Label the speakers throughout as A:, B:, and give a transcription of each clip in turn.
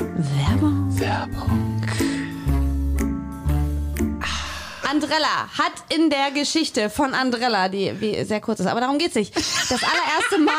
A: Werbung.
B: Andrella hat in der Geschichte von Andrella, die wie sehr kurz ist, aber darum geht's nicht, das allererste Mal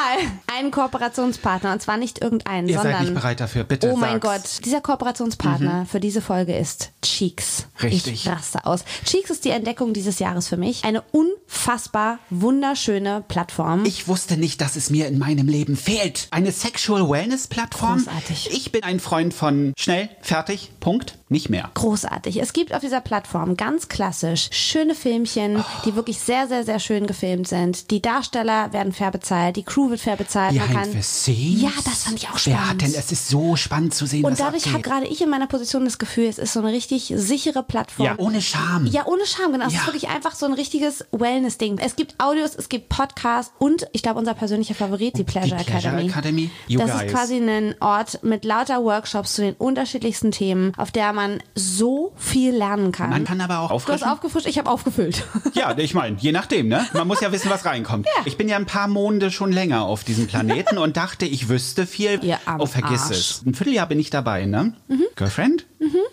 B: einen Kooperationspartner und zwar nicht irgendeinen,
A: Ihr
B: sondern
A: seid nicht bereit dafür, bitte.
B: Oh mein
A: sag's. Mhm.
B: Gott, dieser Kooperationspartner für diese Folge ist Cheeks.
A: Richtig.
B: Ich raste aus. Cheeks ist die Entdeckung dieses Jahres für mich. Eine unfassbar wunderschöne Plattform.
A: Ich wusste nicht, dass es mir in meinem Leben fehlt. Eine Sexual Wellness Plattform.
B: Großartig.
A: Ich bin ein Freund von schnell, fertig, Punkt, nicht mehr.
B: Großartig. Es gibt auf dieser Plattform ganz klassisch schöne Filmchen,
A: Oh.
B: die wirklich sehr, sehr, sehr schön gefilmt sind. Die Darsteller werden fair bezahlt, die Crew wird fair bezahlt.
A: Behind the scenes.
B: Also ja, das fand ich auch
A: Wer hat
B: spannend.
A: denn, es ist so spannend zu sehen, was
B: Und dadurch habe
A: abgeht.
B: gerade ich in meiner Position das Gefühl, es ist so eine richtig sichere Plattform.
A: Ja, ohne Scham.
B: Ja, ohne Scham, genau. Es
A: Ja.
B: ist wirklich einfach so ein richtiges Wellness-Ding. Es gibt Audios, es gibt Podcasts und ich glaube, unser persönlicher Favorit, die Pleasure,
A: Pleasure
B: Academy.
A: Academy. You
B: das
A: guys.
B: ist quasi ein Ort mit lauter Workshops zu den unterschiedlichsten Themen, auf der man so viel lernen kann.
A: Man kann aber auch
B: du hast
A: auffrischen.
B: aufgefrischt, ich habe aufgefüllt.
A: Ja, ich meine, je nachdem, ne? Man muss ja wissen, was reinkommt.
B: Ja.
A: Ich bin ja ein paar Monde schon länger auf diesem Planeten und dachte, ich wüsste viel.
B: Ihr armer
A: oh, vergiss
B: Arsch. Mhm.
A: es. Ein Vierteljahr bin ich dabei, ne? Girlfriend?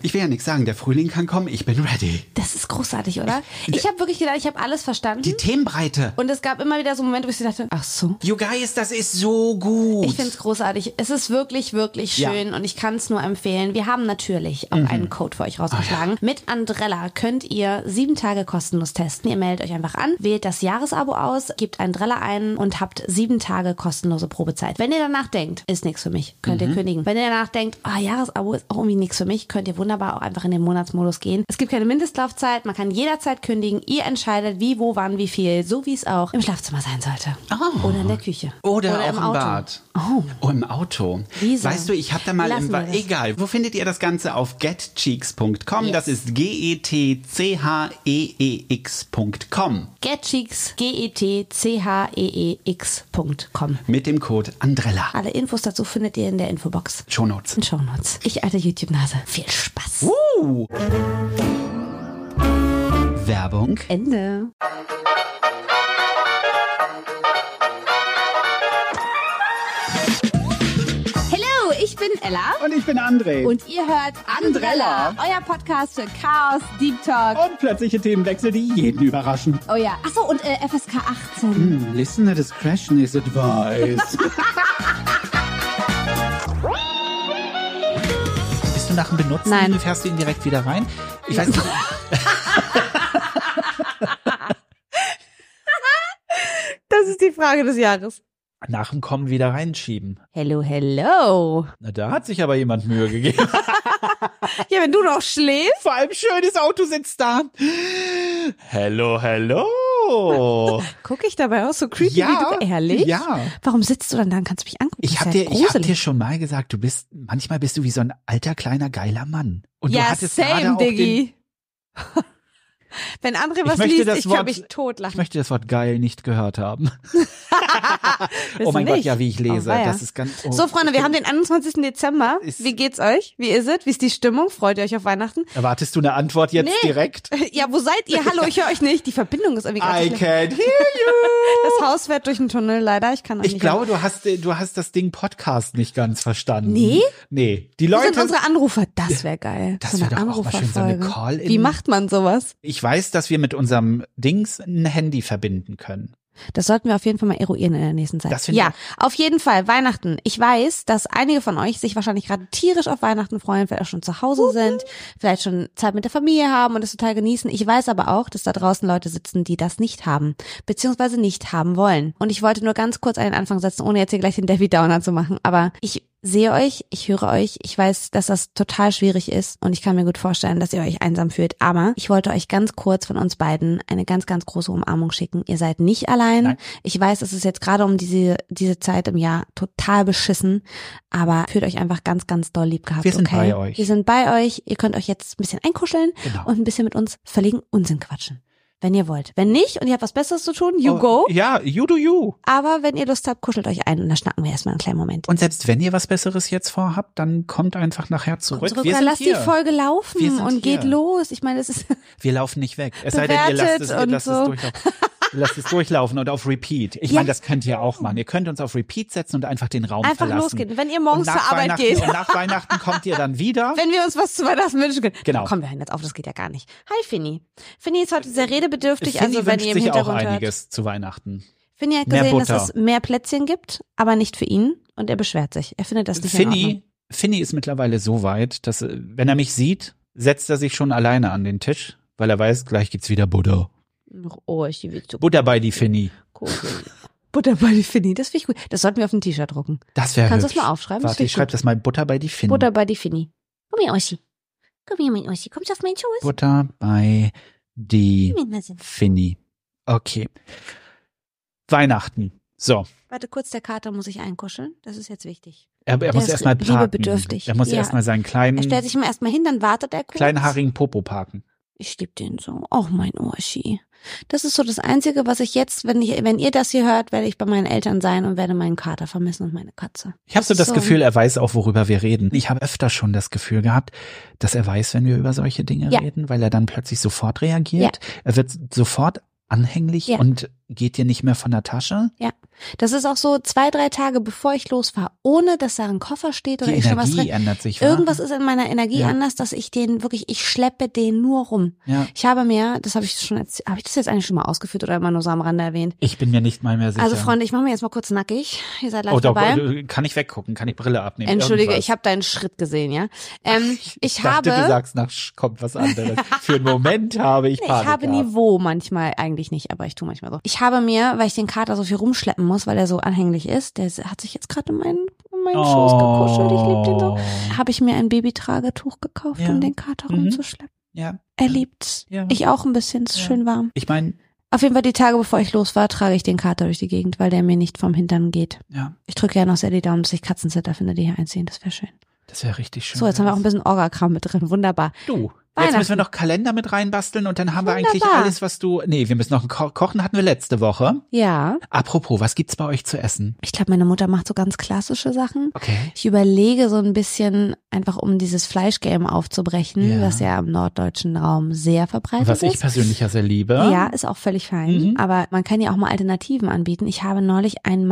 A: Ich will ja nichts sagen, der Frühling kann kommen, ich bin ready.
B: Das ist großartig, oder? Ich habe wirklich gedacht, ich habe alles verstanden.
A: Die Themenbreite.
B: und es gab immer wieder so Momente, wo ich so dachte, ach so.
A: You guys, das ist so gut.
B: Ich finde es großartig. Es ist wirklich, wirklich
A: Ja. Mhm.
B: schön und ich kann es nur empfehlen. Wir haben natürlich auch einen Code für euch rausgeschlagen. Mit Andrella könnt ihr sieben Tage kostenlos testen. Ihr meldet euch einfach an, wählt das Jahresabo aus, gebt Andrella ein und habt sieben Tage kostenlose Probezeit. Wenn ihr danach denkt, ist nichts für mich, könnt
A: Mhm.
B: ihr kündigen. Wenn ihr danach denkt, ah, Jahresabo ist auch irgendwie nichts für mich, könnt ihr wunderbar auch einfach in den Monatsmodus gehen. Es gibt keine Mindestlaufzeit, man kann jederzeit kündigen. Ihr entscheidet, wie, wo, wann, wie viel, so wie es auch im Schlafzimmer sein sollte.
A: Oh.
B: Oder in der Küche.
A: Oder, auch
B: im
A: im,
B: Auto.
A: Bad. Oh. im Auto.
B: Wieso?
A: Weißt du, ich habe da mal
B: Lassen
A: im
B: wir
A: Ba-
B: das.
A: egal. Wo findet ihr das Ganze auf getcheeks.com?
B: Yes.
A: Das ist G E T C H E E X.com
B: getcheeks, E G-E-T-C-H-E-E-X.com.
A: mit dem Code Andrella.
B: Alle Infos dazu findet ihr in der Infobox.
A: Shownotes.
B: In Shownotes. Ich alte YouTube-Nase. Viel Spaß.
A: Uh. Werbung.
B: Ende. Hello, ich bin Ella.
C: Und ich bin André.
B: Und ihr hört Andrella, euer Podcast für Chaos, Deep Talk.
C: Und plötzliche Themenwechsel, die jeden überraschen.
B: Oh ja. Achso, und äh, FSK 18.
C: Listener Discretion is advised.
A: Bist du nach dem Benutzen?
B: Nein.
A: Fährst du ihn direkt wieder rein? Ich weiß nicht.
B: Das ist die Frage des Jahres.
D: nach dem Kommen wieder reinschieben.
B: Hello, hello.
D: Na, da hat sich aber jemand Mühe gegeben.
B: Ja, wenn du noch schläfst.
D: Vor allem schönes Auto sitzt da. Hello, hello.
B: Guck ich dabei aus, so creepy
D: Ja,
B: wie du, ehrlich?
D: ja.
B: Warum sitzt du dann da und kannst mich angucken?
D: Ich
B: Das ist
D: hab
B: ja
D: dir, ich hab
B: gruselig.
D: dir schon mal gesagt, du bist, manchmal bist du wie so ein alter, kleiner, geiler Mann. Und du
B: ja,
D: hattest gerade
B: same,
D: auch den,
B: Diggi. Wenn andere
D: Ich
B: was
D: möchte
B: liest,
D: das
B: ich
D: Wort-
B: kann mich
D: ich
B: totlachen.
D: möchte das Wort geil nicht gehört haben.
B: Wissen
D: Oh mein Gott,
B: nicht.
D: ja, wie ich lese.
B: Oh, weia.
D: das ist ganz, oh,
B: so, Freunde, wir haben den 21. Dezember.
D: Ist-
B: Wie geht's euch? Wie ist es? Wie ist die Stimmung? Freut ihr euch auf Weihnachten?
D: erwartest du eine Antwort jetzt
B: Nee.
D: direkt?
B: Ja, wo seid ihr? Hallo, ich höre euch nicht. Die Verbindung ist irgendwie
D: I
B: ganz schlecht.
D: can't hear you.
B: Das Haus fährt durch den Tunnel, leider. Ich kann euch
D: Ich
B: nicht
D: glaube, du hast, äh, du hast das Ding Podcast nicht ganz verstanden.
B: Nee?
D: Nee. Die
B: Wo sind
D: Leute,
B: unsere Anrufer? Das wäre geil.
D: Das
B: so eine
D: wär doch auch mal schön, so eine
B: Anruferfolge.
D: Call-in.
B: Wie macht man sowas?
D: Ich weiß, dass wir mit unserem Dings ein Handy verbinden können.
B: Das sollten wir auf jeden Fall mal eruieren in der nächsten Zeit.
D: Das finde
B: ja, auf jeden Fall. Weihnachten. Ich weiß, dass einige von euch sich wahrscheinlich gerade tierisch auf Weihnachten freuen, vielleicht auch schon zu Hause sind, vielleicht schon Zeit mit der Familie haben und es total genießen. Ich weiß aber auch, dass da draußen Leute sitzen, die das nicht haben, beziehungsweise nicht haben wollen. Und ich wollte nur ganz kurz einen Anfang setzen, ohne jetzt hier gleich den Debbie Downer zu machen. Aber ich sehe euch, ich höre euch, ich weiß, dass das total schwierig ist und ich kann mir gut vorstellen, dass ihr euch einsam fühlt. Aber ich wollte euch ganz kurz von uns beiden eine ganz, ganz große Umarmung schicken. Ihr seid nicht allein.
D: Nein.
B: Ich weiß, es ist jetzt gerade um diese, diese Zeit im Jahr total beschissen, aber fühlt euch einfach ganz, ganz doll lieb gehabt.
D: Wir sind
B: okay?
D: bei euch.
B: Wir sind bei euch. Ihr könnt euch jetzt ein bisschen einkuscheln
D: Genau.
B: und ein bisschen mit uns völligen Unsinn quatschen. Wenn ihr wollt. Wenn nicht und ihr habt was Besseres zu tun, you go.
D: Oh, Ja, you do you.
B: Aber wenn ihr Lust habt, kuschelt euch ein und dann schnacken wir erstmal einen kleinen Moment.
D: Und selbst wenn ihr was Besseres jetzt vorhabt, dann kommt einfach nachher zurück.
B: Zurück,
D: wir
B: oder
D: sind
B: lasst
D: hier.
B: die Folge laufen
D: Wir sind
B: und geht
D: hier. Um
B: los. Ich meine, es ist
D: Wir laufen nicht weg. Es sei denn, ihr
B: Bewertet
D: lasst es, ihr
B: und
D: lasst
B: so.
D: es durchlaufen. Lasst es durchlaufen und auf Repeat. Ich
B: Ja.
D: meine, das könnt ihr auch machen. Ihr könnt uns auf Repeat setzen und einfach den Raum
B: Einfach
D: verlassen. Um
B: losgehen. Wenn ihr morgens
D: Und nach
B: zur Arbeit
D: Weihnachten-
B: geht.
D: Und nach Weihnachten kommt ihr dann wieder.
B: Wenn wir uns was zu Weihnachten wünschen können.
D: um Genau.
B: Komm, wir hören jetzt auf, das geht ja gar nicht. Hi Finny. Finny ist heute sehr redebedürftig,
D: Finny
B: also wenn
D: wünscht
B: ihr im
D: sich auch
B: Hintergrund hört.
D: einiges zu Weihnachten.
B: Finny hat
D: Mehr
B: gesehen, dass
D: Butter.
B: es mehr Plätzchen gibt, aber nicht für ihn und er beschwert sich. Er findet das nicht in Ordnung.
D: Finny, Finny ist mittlerweile so weit, dass äh, wenn er mich sieht, setzt er sich schon alleine an den Tisch, weil er weiß, gleich gibt's wieder Butter.
B: Oh, ich liebe zu
D: Butter bei die Finny.
B: gucken. Butter bei die Finny, das finde ich gut. Das sollten wir auf ein T-Shirt drucken.
D: Das wäre
B: Kannst du das mal aufschreiben? Das
D: Warte,
B: find
D: ich
B: ich
D: schreibe
B: gut.
D: das mal Butter bei die Finny.
B: Butter bei die Finny. Komm her, Oschi. Komm her, mein Oschi. Kommst du auf meinen Schoß?
D: Butter bei die
B: Moment mal so.
D: Finny. Okay. Weihnachten. So,
B: Warte kurz, der Kater muss ich einkuscheln. Das ist jetzt wichtig.
D: er, er muss
B: ist
D: erstmal parken.
B: liebebedürftig.
D: Er muss
B: Ja.
D: erstmal seinen kleinen,
B: Er stellt sich immer erstmal hin, dann wartet er kurz.
D: kleinen haarigen Popo parken.
B: Ich liebe den so. Auch mein Oschi. Das ist so das Einzige, was ich jetzt, wenn, ich, wenn ihr das hier hört, werde ich bei meinen Eltern sein und werde meinen Kater vermissen und meine Katze.
D: Ich habe so das
B: So.
D: Gefühl, er weiß auch, worüber wir reden. Ich habe öfter schon das Gefühl gehabt, dass er weiß, wenn wir über solche Dinge
B: Ja.
D: reden, weil er dann plötzlich sofort reagiert. Er wird sofort anhänglich
B: Ja.
D: und geht dir nicht mehr von der Tasche.
B: Das ist auch so zwei, drei Tage, bevor ich losfahre, ohne dass da ein Koffer steht
D: Die
B: oder ich schon was
D: Energie
B: drin.
D: ändert sich. wa?
B: Irgendwas ist in meiner Energie
D: Ja.
B: anders, dass ich den wirklich, ich schleppe den nur rum.
D: Ja.
B: Ich habe mir, das habe ich schon, erz- habe ich das jetzt eigentlich schon mal ausgeführt oder immer nur so am Rande erwähnt?
D: Ich bin mir nicht mal mehr sicher.
B: Also Freunde, ich mache mir jetzt mal kurz nackig. Ihr seid live
D: oh, doch,
B: dabei.
D: kann ich weggucken, kann ich Brille abnehmen.
B: Entschuldige,
D: irgendwas.
B: ich habe deinen Schritt gesehen, ja. Ähm, ich
D: dachte, du
B: habe,
D: sagst, nach Sch- kommt was anderes. Für einen Moment habe ich
B: ich
D: Panik
B: habe
D: gehabt.
B: Niveau manchmal eigentlich nicht, aber ich tue manchmal so. Ich habe mir, weil ich den Kater so viel rumschleppen muss, weil er so anhänglich ist, der hat sich jetzt gerade in meinen, in meinen Schoß gekuschelt. Ich liebe den so.
D: Oh.
B: Habe ich mir ein Babytragetuch gekauft,
D: Ja.
B: um den Kater
D: Mhm.
B: rumzuschleppen.
D: Ja,
B: Er liebt's.
D: Ja.
B: Ich auch ein bisschen, ist
D: Ja.
B: schön warm.
D: ich meine,
B: Auf jeden Fall die Tage, bevor ich los war, trage ich den Kater durch die Gegend, weil der mir nicht vom Hintern geht.
D: ja,
B: Ich drücke ja noch sehr die Daumen, dass ich Katzensitter finde, die hier einziehen. Das wäre schön.
D: das wäre richtig schön.
B: So, jetzt haben wir auch ein bisschen Orga-Kram mit drin. Wunderbar.
D: Du, jetzt
B: Weihnachten.
D: müssen wir noch Kalender mit reinbasteln und dann haben wir eigentlich
B: Wunderbar.
D: alles, was du. Nee, wir müssen noch ein Ko kochen, hatten wir letzte Woche.
B: Ja.
D: Apropos, was gibt's bei euch zu essen?
B: Ich glaube, meine Mutter macht so ganz klassische Sachen.
D: Okay.
B: Ich überlege so ein bisschen, einfach um dieses Fleischgame aufzubrechen,
D: Ja.
B: was ja im norddeutschen Raum sehr verbreitet
D: Was ich
B: ist.
D: persönlich ja sehr liebe.
B: ja, ist auch völlig fein.
D: Mhm.
B: Aber man kann ja auch mal Alternativen anbieten. Ich habe neulich einen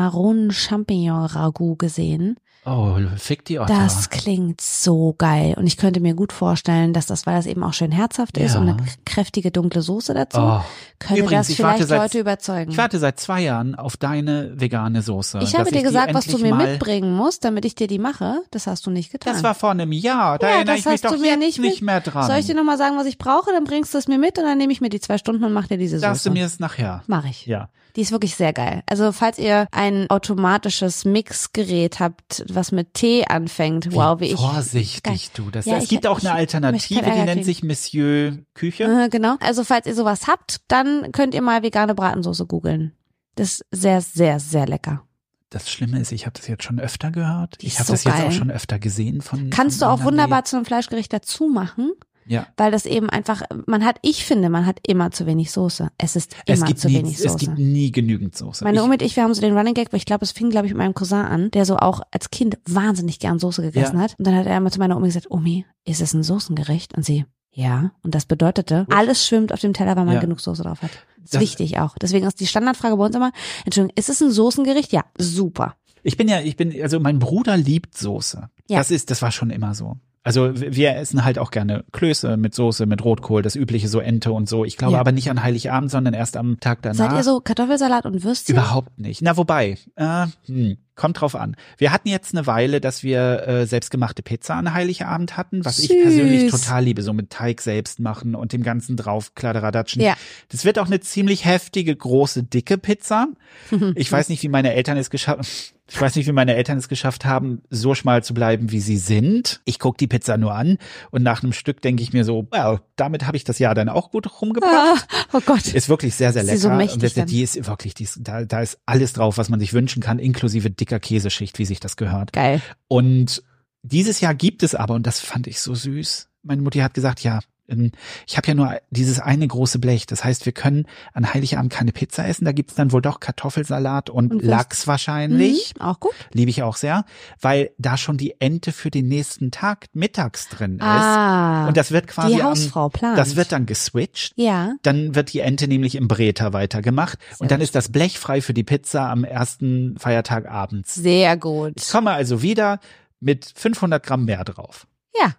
B: Maronen-Champignon-Ragout gesehen.
D: Oh, fick die Otter.
B: Das klingt so geil. Und ich könnte mir gut vorstellen, dass das, weil das eben auch schön herzhaft ist
D: Ja.
B: und eine k- kräftige dunkle Soße dazu,
D: oh.
B: könnte
D: Übrigens,
B: das
D: ich warte
B: vielleicht
D: seit-
B: Leute überzeugen.
D: Ich warte seit zwei Jahren auf deine vegane Soße.
B: Ich
D: dass
B: habe dir
D: die
B: gesagt, was du
D: endlich
B: mir
D: mal-
B: mitbringen musst, damit ich dir die mache. Das hast du nicht getan.
D: Das war vor einem Jahr. Da
B: Ja,
D: erinnere
B: das
D: ich mich
B: hast
D: doch
B: du mir
D: jetzt
B: nicht
D: nicht,
B: mit-
D: mehr dran.
B: Soll ich dir nochmal sagen, was ich brauche? Dann bringst du es mir mit und dann nehme ich mir die zwei Stunden und mache dir diese
D: Sagst
B: Soße.
D: du mir es nachher?
B: Mach ich.
D: Ja.
B: Die ist wirklich sehr geil. Also falls ihr ein automatisches Mixgerät habt, was mit Tee anfängt, wow, wie ich.
D: Vorsichtig,
B: Geil.
D: du. Das,
B: Ja,
D: es
B: ich-
D: gibt auch
B: ich
D: eine Alternative,
B: möchte keinen
D: die
B: Ärger kriegen.
D: nennt sich Monsieur Küche.
B: Äh, Genau. Also falls ihr sowas habt, dann könnt ihr mal vegane Bratensoße googeln. Das ist sehr, sehr, sehr lecker.
D: Das Schlimme ist, ich habe das jetzt schon öfter gehört.
B: Die
D: Ich
B: ist
D: habe
B: so
D: das jetzt
B: geil.
D: auch schon öfter gesehen von.
B: Kannst du
D: von
B: auch
D: anderen,
B: wunderbar zu einem Fleischgericht dazu machen,
D: die- Ja.
B: weil das eben einfach, man hat, ich finde, man hat immer zu wenig Soße. Es ist
D: Es
B: immer
D: gibt,
B: zu
D: nie,
B: wenig Soße.
D: es gibt nie genügend Soße.
B: Meine
D: ich,
B: Oma und ich, wir haben so den Running Gag, weil ich glaube, es fing, glaube ich, mit meinem Cousin an, der so auch als Kind wahnsinnig gern Soße gegessen
D: Ja.
B: hat. Und dann hat er immer zu meiner Omi gesagt, Omi, ist es ein Soßengericht? Und sie, ja. Und das bedeutete, alles schwimmt auf dem Teller, weil man
D: Ja.
B: genug Soße drauf hat. Das ist
D: Das-
B: wichtig auch. Deswegen ist die Standardfrage bei uns immer, Entschuldigung, ist es ein Soßengericht? Ja, super.
D: ich bin ja, ich bin, also mein Bruder liebt Soße.
B: Ja.
D: Das ist, das war schon immer so. Also w- wir essen halt auch gerne Klöße mit Soße, mit Rotkohl, das übliche so Ente und so. Ich glaube
B: Ja.
D: aber nicht an Heiligabend, sondern erst am Tag danach.
B: Seid ihr so Kartoffelsalat und Würstchen?
D: Überhaupt nicht. Na, wobei, äh, hm, kommt drauf an. Wir hatten jetzt eine Weile, dass wir äh, selbstgemachte Pizza an Heiligabend hatten, was ich
B: Süß.
D: persönlich total liebe, so mit Teig selbst machen und dem ganzen drauf kladderadatschen.
B: Ja.
D: Das wird auch eine ziemlich heftige, große, dicke Pizza. Ich weiß nicht, wie meine Eltern es geschafft ich weiß nicht, wie meine Eltern es geschafft haben, so schmal zu bleiben, wie sie sind. Ich gucke die Pizza nur an und nach einem Stück denke ich mir so, well, damit habe ich das Jahr dann auch gut rumgebracht.
B: Ah, oh Gott.
D: Ist wirklich sehr, sehr
B: Ist
D: lecker.
B: sie so mächtig
D: und das,
B: dann?
D: die ist wirklich, die ist, da, da ist alles drauf, was man sich wünschen kann, inklusive dicker Käseschicht, wie sich das gehört.
B: Geil.
D: Und dieses Jahr gibt es aber, und das fand ich so süß, meine Mutti hat gesagt, ja, ähm, ich habe ja nur dieses eine große Blech. Das heißt, wir können an Heiligabend keine Pizza essen. Da gibt's dann wohl doch Kartoffelsalat
B: Und
D: und,
B: Wurst.
D: Lachs wahrscheinlich.
B: Mhm, auch gut.
D: Liebe ich auch sehr, weil da schon die Ente für den nächsten Tag mittags drin ist.
B: Ah,
D: und das wird quasi
B: die
D: am-
B: Hausfrau plant.
D: Das wird dann geswitcht.
B: ja.
D: Dann wird die Ente nämlich im Breter weitergemacht und dann ist das Blech frei für die Pizza am ersten Feiertag abends.
B: Sehr gut.
D: Ich komme also wieder mit 500 Gramm mehr drauf.
B: Ja.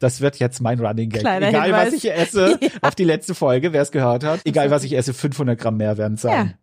D: Das wird jetzt mein Running Gag.
B: Kleiner
D: egal
B: Hinweis.
D: was ich esse,
B: Ja.
D: auf die letzte Folge, wer es gehört hat, egal was ich esse, 500 Gramm mehr werden es sein.
B: Ja.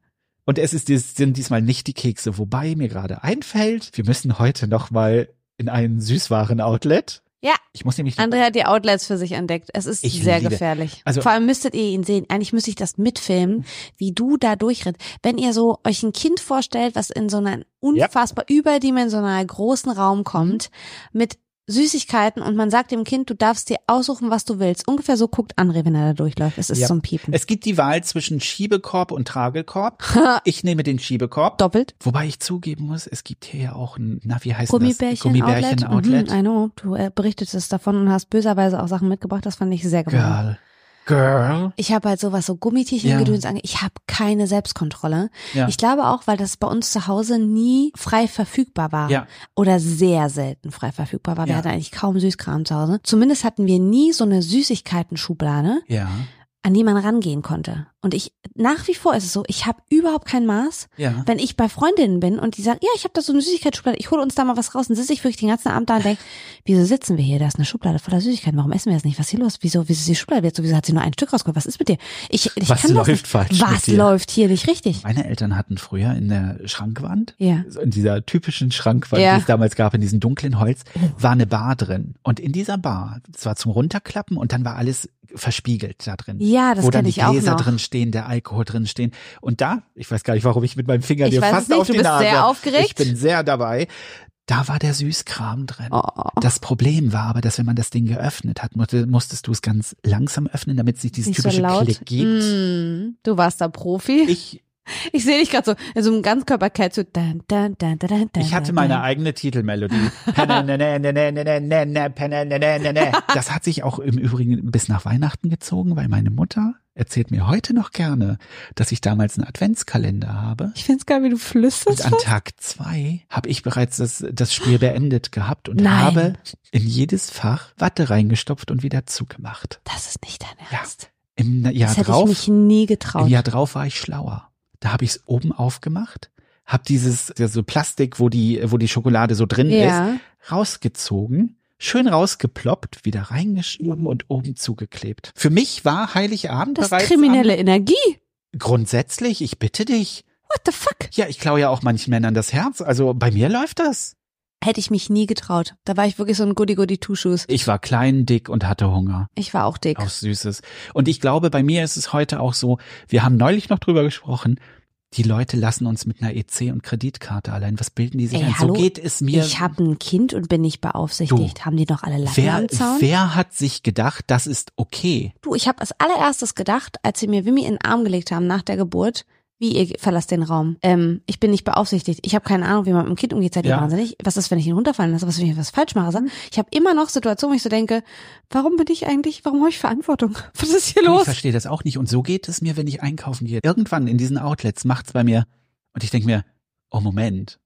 D: Und es ist, dies- sind diesmal nicht die Kekse, wobei mir gerade einfällt, wir müssen heute noch mal in einen Süßwaren-Outlet.
B: Ja.
D: Ich muss nämlich
B: André hat die Outlets für sich entdeckt. Es ist
D: Ich
B: sehr
D: liebe-
B: gefährlich.
D: also-
B: Vor allem müsstet ihr ihn sehen. Eigentlich müsste ich das mitfilmen, wie du da durchritt. Wenn ihr so euch ein Kind vorstellt, was in so einen unfassbar überdimensional großen Raum kommt, mit Süßigkeiten und man sagt dem Kind, du darfst dir aussuchen, was du willst. Ungefähr so guckt André, wenn er da durchläuft. Es ist
D: Ja.
B: so ein Piepen.
D: Es gibt die Wahl zwischen Schiebekorb und Tragekorb. Ich nehme den Schiebekorb.
B: Doppelt.
D: Wobei ich zugeben muss, es gibt hier ja auch ein, na, wie heißt das?
B: Gummibärchen,
D: Gummibärchen Outlet.
B: Mhm, I know. Du äh, berichtetest davon und hast böserweise auch Sachen mitgebracht. Das fand ich sehr gemein.
D: Girl. Girl.
B: Ich habe halt sowas so Gummitierchen
D: Ja.
B: gedöns ange. Ich habe keine Selbstkontrolle.
D: Ja.
B: Ich glaube auch, weil das bei uns zu Hause nie frei verfügbar war
D: Ja.
B: oder sehr selten frei verfügbar war. Wir
D: Ja.
B: hatten eigentlich kaum Süßkram zu Hause. Zumindest hatten wir nie so eine Süßigkeiten-Schublade,
D: Ja.
B: an die man rangehen konnte. Und ich nach wie vor ist es so, ich habe überhaupt kein Maß.
D: Ja.
B: Wenn ich bei Freundinnen bin und die sagen, ja, ich habe da so eine Süßigkeitsschublade, ich hole uns da mal was raus, dann sitze ich wirklich den ganzen Abend da und denke, wieso sitzen wir hier? Da ist eine Schublade voller Süßigkeiten. Warum essen wir das nicht? Was ist hier los? Wieso, wieso ist die Schublade jetzt so? Wieso hat sie nur ein Stück rausgeholt? Was ist mit dir? Ich, ich
D: Was
B: kann das
D: läuft
B: nicht.
D: falsch
B: Was
D: mit dir?
B: läuft hier nicht richtig?
D: Meine Eltern hatten früher in der Schrankwand,
B: Ja.
D: so in dieser typischen Schrankwand,
B: Ja.
D: die es damals gab, in diesem dunklen Holz, war eine Bar drin. Und in dieser Bar, es war zum Runterklappen und dann war alles verspiegelt da drin.
B: Ja, das
D: wo dann
B: kenne
D: die
B: ich auch
D: Gläser
B: noch.
D: drin stehen, der Alkohol drin stehen. Und da, ich weiß gar nicht, warum ich mit meinem Finger
B: Ich
D: dir
B: weiß es
D: fast
B: nicht,
D: auf
B: du
D: die
B: bist
D: Nase.
B: sehr aufgeregt.
D: Ich bin sehr dabei. Da war der Süßkram drin.
B: Oh.
D: Das Problem war aber, dass wenn man das Ding geöffnet hat, musste, musstest du es ganz langsam öffnen, damit es nicht dieses
B: Nicht so
D: typische
B: laut.
D: Klick gibt.
B: Mm, du warst da Profi.
D: Ich
B: Ich, sehe dich gerade so in so einem Ganzkörperketchup. Dun, dun, dun, dun, dun, dun,
D: Ich hatte
B: dun,
D: meine
B: dun.
D: eigene Titelmelodie. Das hat sich auch im Übrigen bis nach Weihnachten gezogen, weil meine Mutter erzählt mir heute noch gerne, dass ich damals einen Adventskalender habe.
B: Ich find's geil, wie du
D: Und
B: flüsterst.
D: an Tag zwei habe ich bereits das, das Spiel beendet gehabt und
B: Nein.
D: habe in jedes Fach Watte reingestopft und wieder zugemacht.
B: Das ist nicht dein
D: Ja.
B: Ernst.
D: Im Jahr
B: das hätte
D: drauf.
B: ich mich nie
D: Im
B: getraut.
D: Jahr drauf war ich schlauer. Da habe ich es oben aufgemacht, habe dieses ja, so Plastik, wo die, wo die Schokolade so drin ist,
B: ja.
D: rausgezogen, schön rausgeploppt, wieder reingeschoben und oben zugeklebt. Für mich war Heiligabend
B: Das ist
D: bereits
B: kriminelle Energie.
D: Am, grundsätzlich, ich bitte dich.
B: What the fuck?
D: Ja, ich klaue ja auch manchen Männern das Herz. Also bei mir läuft das.
B: Hätte ich mich nie getraut. Da war ich wirklich so ein Goody-Goody-Two-Shoes.
D: Ich war klein, dick und hatte Hunger.
B: Ich war auch dick.
D: Auch Süßes. Und ich glaube, bei mir ist es heute auch so, wir haben neulich noch drüber gesprochen, die Leute lassen uns mit einer EC und Kreditkarte allein. Was bilden die sich
B: Ey,
D: ein?
B: hallo?
D: So geht es mir.
B: Ich habe ein Kind und bin nicht beaufsichtigt. Haben die noch alle Latten
D: wer,
B: am Zaun?
D: wer hat sich gedacht, das ist okay?
B: Du, ich habe als allererstes gedacht, als sie mir Wimmi in den Arm gelegt haben nach der Geburt, wie ihr verlasst den Raum. Ähm, ich bin nicht beaufsichtigt. Ich habe keine Ahnung, wie man mit dem Kind umgeht. Seid ihr
D: Ja. Mhm.
B: wahnsinnig? Was ist, wenn ich ihn runterfallen lasse? Was, wenn ich was falsch mache? So, Ich habe immer noch Situationen, wo ich so denke, warum bin ich eigentlich, warum habe ich Verantwortung? Was ist hier
D: Ich
B: los?
D: verstehe das auch nicht. Und so geht es mir, wenn ich einkaufen gehe. Irgendwann in diesen Outlets macht's bei mir. Und ich denke mir, oh Moment,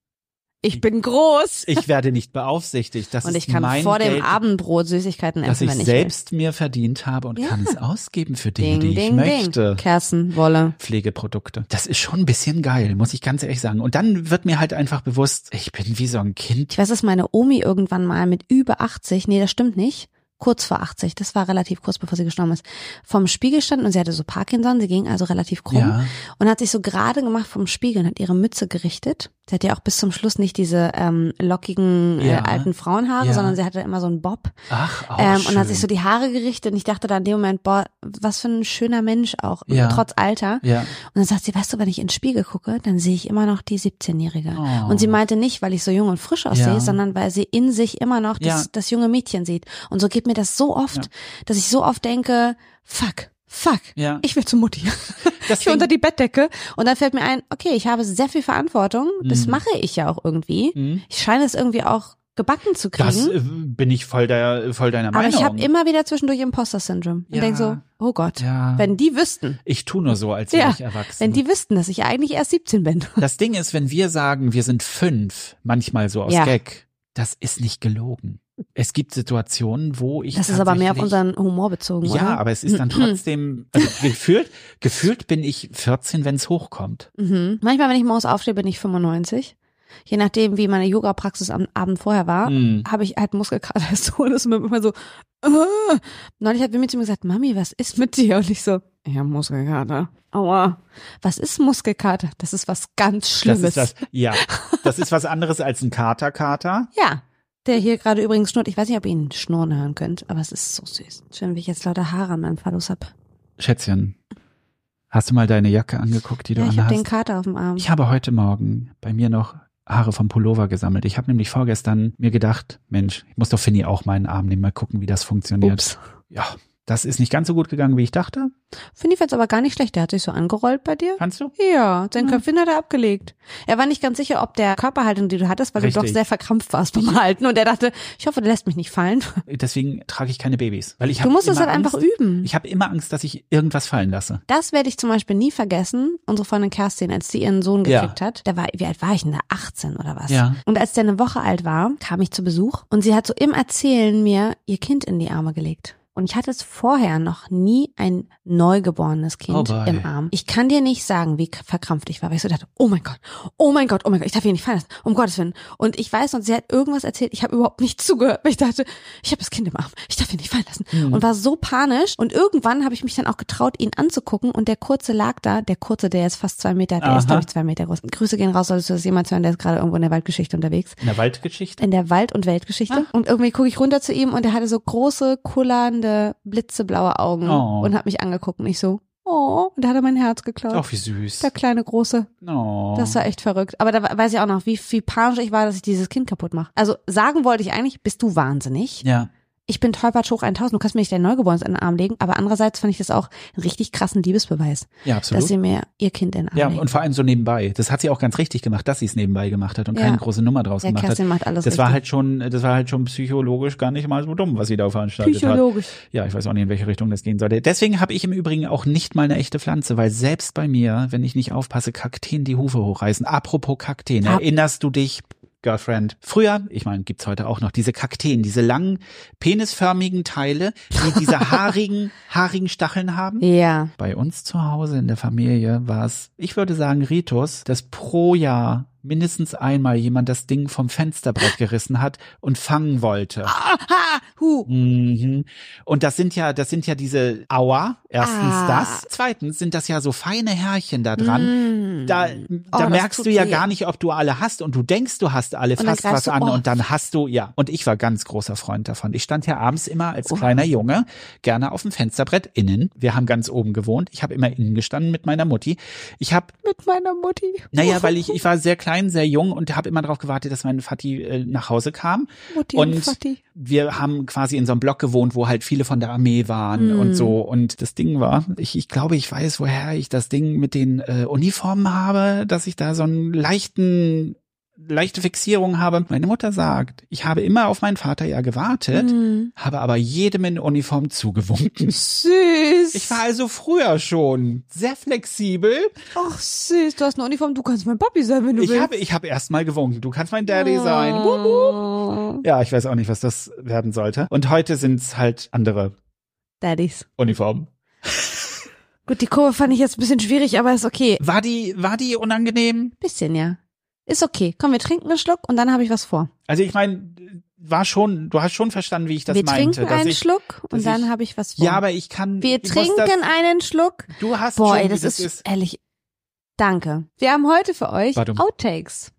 B: Ich bin groß.
D: ich werde nicht beaufsichtigt. Das
B: und
D: ist
B: ich kann
D: mein
B: vor dem
D: Geld,
B: Abendbrot Süßigkeiten
D: das
B: essen,
D: ich
B: wenn ich
D: selbst mir verdient habe und
B: Ja.
D: kann es ausgeben für
B: will.
D: Dinge, die ich möchte.
B: Kerzen, Wolle.
D: Pflegeprodukte. Das ist schon ein bisschen geil, muss ich ganz ehrlich sagen. Und dann wird mir halt einfach bewusst, ich bin wie so ein Kind.
B: Ich weiß, dass meine Omi irgendwann mal mit über 80, nee, das stimmt nicht, kurz vor 80, das war relativ kurz, bevor sie gestorben ist, vom Spiegel stand und sie hatte so Parkinson, sie ging also relativ krumm
D: Ja.
B: und hat sich so gerade gemacht vom Spiegel und hat ihre Mütze gerichtet. Sie hatte ja auch bis zum Schluss nicht diese ähm, lockigen äh,
D: Ja.
B: alten Frauenhaare,
D: Ja.
B: sondern sie hatte immer so einen Bob.
D: Ach, auch
B: ähm,
D: schön.
B: und hat sich so die Haare gerichtet und ich dachte da in dem Moment, boah, was für ein schöner Mensch auch,
D: Ja.
B: trotz Alter.
D: ja.
B: Und dann sagt sie, weißt du, wenn ich ins Spiegel gucke, dann sehe ich immer noch die 17-Jährige.
D: Oh.
B: Und sie meinte nicht, weil ich so jung und frisch aussehe,
D: Ja.
B: sondern weil sie in sich immer noch das,
D: Ja.
B: das junge Mädchen sieht. Und so geht mir das so oft,
D: Ja.
B: dass ich so oft denke, fuck, fuck,
D: Ja.
B: ich will zu Mutti. ich will
D: Deswegen-
B: unter die Bettdecke. Und dann fällt mir ein, okay, ich habe sehr viel Verantwortung, das mache ich ja auch irgendwie.
D: Mhm.
B: Ich scheine es irgendwie auch gebacken zu kriegen.
D: Das äh, bin ich voll, der, voll deiner
B: aber
D: Meinung.
B: ich habe immer wieder zwischendurch Imposter-Syndrom und
D: Ja.
B: denk so, oh Gott,
D: Ja.
B: wenn die wüssten,
D: ich tu nur so, als wäre
B: ja,
D: ich erwachsen.
B: wenn die wüssten, dass ich ja eigentlich erst 17 bin.
D: das Ding ist, wenn wir sagen, wir sind fünf, manchmal so aus
B: Ja.
D: Gag, das ist nicht gelogen. Es gibt Situationen, wo ich
B: Das ist aber mehr auf
D: tatsächlich-
B: unseren Humor bezogen,
D: Ja,
B: oder? Mhm.
D: aber es ist dann trotzdem, also gefühlt, gefühlt bin ich 14, wenn es hochkommt.
B: Mhm. Manchmal, wenn ich morgens aufstehe, bin ich 95. Je nachdem, wie meine Yoga-Praxis am Abend vorher war,
D: Mhm.
B: habe ich halt Muskelkater. Es ist so, dass man immer so, äh. neulich hat Mimi zu mir gesagt, Mami, was ist mit dir? Und ich so, ja, Muskelkater. Aua. Was ist Muskelkater? Das ist was ganz
D: Das
B: Schlimmes.
D: ist das, ja. Das ist was anderes als ein Kater-Kater.
B: Ja. Der hier gerade übrigens schnurrt. Ich weiß nicht, ob ihr ihn schnurren hören könnt, aber es ist so süß. Schön, wie ich jetzt lauter Haare an meinem Phallus hab.
D: Schätzchen, hast du mal deine Jacke angeguckt, die du
B: Ja, ich habe den
D: anhast?
B: Kater auf dem Arm.
D: Ich habe heute Morgen bei mir noch Haare vom Pullover gesammelt. Ich habe nämlich vorgestern mir gedacht, Mensch, ich muss doch Finny auch meinen Arm nehmen, mal gucken, wie das funktioniert.
B: Ups.
D: Ja, das ist nicht ganz so gut gegangen, wie ich dachte.
B: Finde ich jetzt aber gar nicht schlecht. Der hat sich so angerollt bei dir.
D: Kannst du?
B: Ja, sein Köpfchen hat er abgelegt. Er war nicht ganz sicher, ob der Körperhaltung, die du hattest, weil du doch
D: Richtig.
B: sehr verkrampft warst beim Halten und er dachte, ich hoffe, du lässt mich nicht fallen.
D: Deswegen trage ich keine Babys, weil ich
B: Du
D: habe
B: musst es
D: immer
B: halt einfach
D: Angst-
B: üben.
D: Ich habe immer Angst, dass ich irgendwas fallen lasse.
B: Das werde ich zum Beispiel nie vergessen. Unsere Freundin Kerstin, als sie ihren Sohn
D: Ja.
B: gekriegt hat, da war, wie alt war ich denn da? 18 oder was?
D: Ja.
B: Und als der eine Woche alt war, kam ich zu Besuch und sie hat so im Erzählen mir ihr Kind in die Arme gelegt. Und ich hatte es vorher noch nie ein neugeborenes
D: Oh
B: Kind
D: boy.
B: im Arm. Ich kann dir nicht sagen, wie k- verkrampft ich war, weil ich so dachte, oh mein Gott, oh mein Gott, oh mein Gott, ich darf hier nicht fallen lassen, um Gottes Willen. Und ich weiß, und sie hat irgendwas erzählt, ich habe überhaupt nicht zugehört, weil ich dachte, ich habe das Kind im Arm, ich darf hier nicht fallen lassen.
D: Hm.
B: Und
D: Mhm.
B: war so panisch. Und irgendwann habe ich mich dann auch getraut, ihn anzugucken und der Kurze lag da, der Kurze, der ist fast zwei Meter, der ist,
D: Aha.
B: glaube ich, zwei Meter groß. Grüße gehen raus, solltest du das jemals hören, der ist gerade irgendwo in der Waldgeschichte unterwegs
D: In der Waldgeschichte?
B: in der Wald- und
D: Ah.
B: Weltgeschichte. Und irgendwie gucke ich runter zu ihm und er hatte so große, kullernde, blitzeblaue Augen
D: Oh.
B: und hat mich angeguckt und ich so, oh, und da hat er mein Herz geklaut.
D: Ach, wie süß.
B: Der kleine Große.
D: Oh.
B: Das war echt verrückt. Aber da weiß ich auch noch, wie, wie panisch ich war, dass ich dieses Kind kaputt mache. Also sagen wollte ich eigentlich, bist du wahnsinnig?
D: ja.
B: Ich bin tollpatsch hoch 1000, du kannst mir nicht dein Neugeborenes in den Arm legen. Aber andererseits fand ich das auch einen richtig krassen Liebesbeweis,
D: ja,
B: dass
D: absolut.
B: sie mir ihr Kind in den Arm
D: Ja,
B: legt.
D: und vor allem so nebenbei. Das hat sie auch ganz richtig gemacht, dass sie es nebenbei gemacht hat und
B: Ja.
D: keine große Nummer draus
B: ja,
D: gemacht hat.
B: Kerstin macht alles
D: Das war
B: richtig.
D: halt schon, das war halt schon psychologisch gar nicht mal so dumm, was sie da veranstaltet hat.
B: psychologisch.
D: Ja, ich weiß auch nicht, in welche Richtung das gehen sollte. Deswegen habe ich im Übrigen auch nicht mal eine echte Pflanze, weil selbst bei mir, wenn ich nicht aufpasse, Kakteen die Hufe hochreißen. Apropos Kakteen,
B: Ab-
D: erinnerst du dich, Girlfriend? Früher, ich meine, gibt's heute auch noch diese Kakteen, diese langen, penisförmigen Teile, die diese haarigen, haarigen Stacheln haben?
B: Ja.
D: Bei uns zu Hause in der Familie war es, ich würde sagen, Ritus, dass pro Jahr mindestens einmal jemand das Ding vom Fensterbrett gerissen hat und fangen wollte.
B: Aha, hu.
D: Mhm. Und das sind ja, das sind ja diese Aua. Erstens
B: Ah.
D: das. Zweitens sind das ja so feine Härchen da dran.
B: Mm.
D: Da,
B: Oh,
D: da
B: das
D: merkst
B: tut
D: du ja
B: weh.
D: gar nicht, ob du alle hast und du denkst, du hast alle
B: Und dann
D: fast
B: greifst
D: was
B: du-
D: an
B: oh.
D: und dann hast du, ja. Und ich war ganz großer Freund davon. Ich stand ja abends immer als kleiner Junge gerne auf dem Fensterbrett innen. Wir haben ganz oben gewohnt. Ich habe immer innen gestanden mit meiner Mutti. Ich habe
B: Mit meiner Mutti.
D: naja, weil ich, ich war sehr klein, sehr jung und habe immer darauf gewartet, dass mein Vati äh, nach Hause kam.
B: Mutti und
D: und
B: Vati.
D: wir haben quasi in so einem Block gewohnt, wo halt viele von der Armee waren und so. Und das Ding war, ich, ich glaube, ich weiß, woher ich das Ding mit den äh, Uniformen habe, dass ich da so einen leichten leichte Fixierung habe. Meine Mutter sagt, ich habe immer auf meinen Vater ja gewartet,
B: Mhm. Mm.
D: habe aber jedem in Uniform zugewunken.
B: Süß.
D: Ich war also früher schon sehr flexibel
B: Ach süß, du hast eine Uniform, du kannst mein Papi sein, wenn du Oh.
D: Ich
B: willst.
D: habe ich hab erstmal gewunken. Du kannst mein Daddy sein. Wup, wup.
B: Oh.
D: Ja, ich weiß auch nicht, was das werden sollte. Und heute sind's halt andere
B: Daddies.
D: Uniformen.
B: Gut, die Kurve fand ich jetzt ein bisschen schwierig, aber ist okay.
D: War die, war die unangenehm?
B: Bisschen, ja. Ist okay. Komm, wir trinken einen Schluck und dann habe ich was vor.
D: Also ich meine, war schon, du hast schon verstanden, wie ich das
B: wir
D: meinte.
B: trinken einen
D: ich,
B: Schluck und
D: ich-
B: dann habe ich was vor.
D: ja, aber ich kann.
B: wir
D: ich muss
B: trinken einen Schluck.
D: Das, du hast
B: Boah,
D: schon,
B: ey,
D: wie
B: das, ist, ehrlich. Danke. Wir haben heute für euch
D: Warte.
B: Outtakes.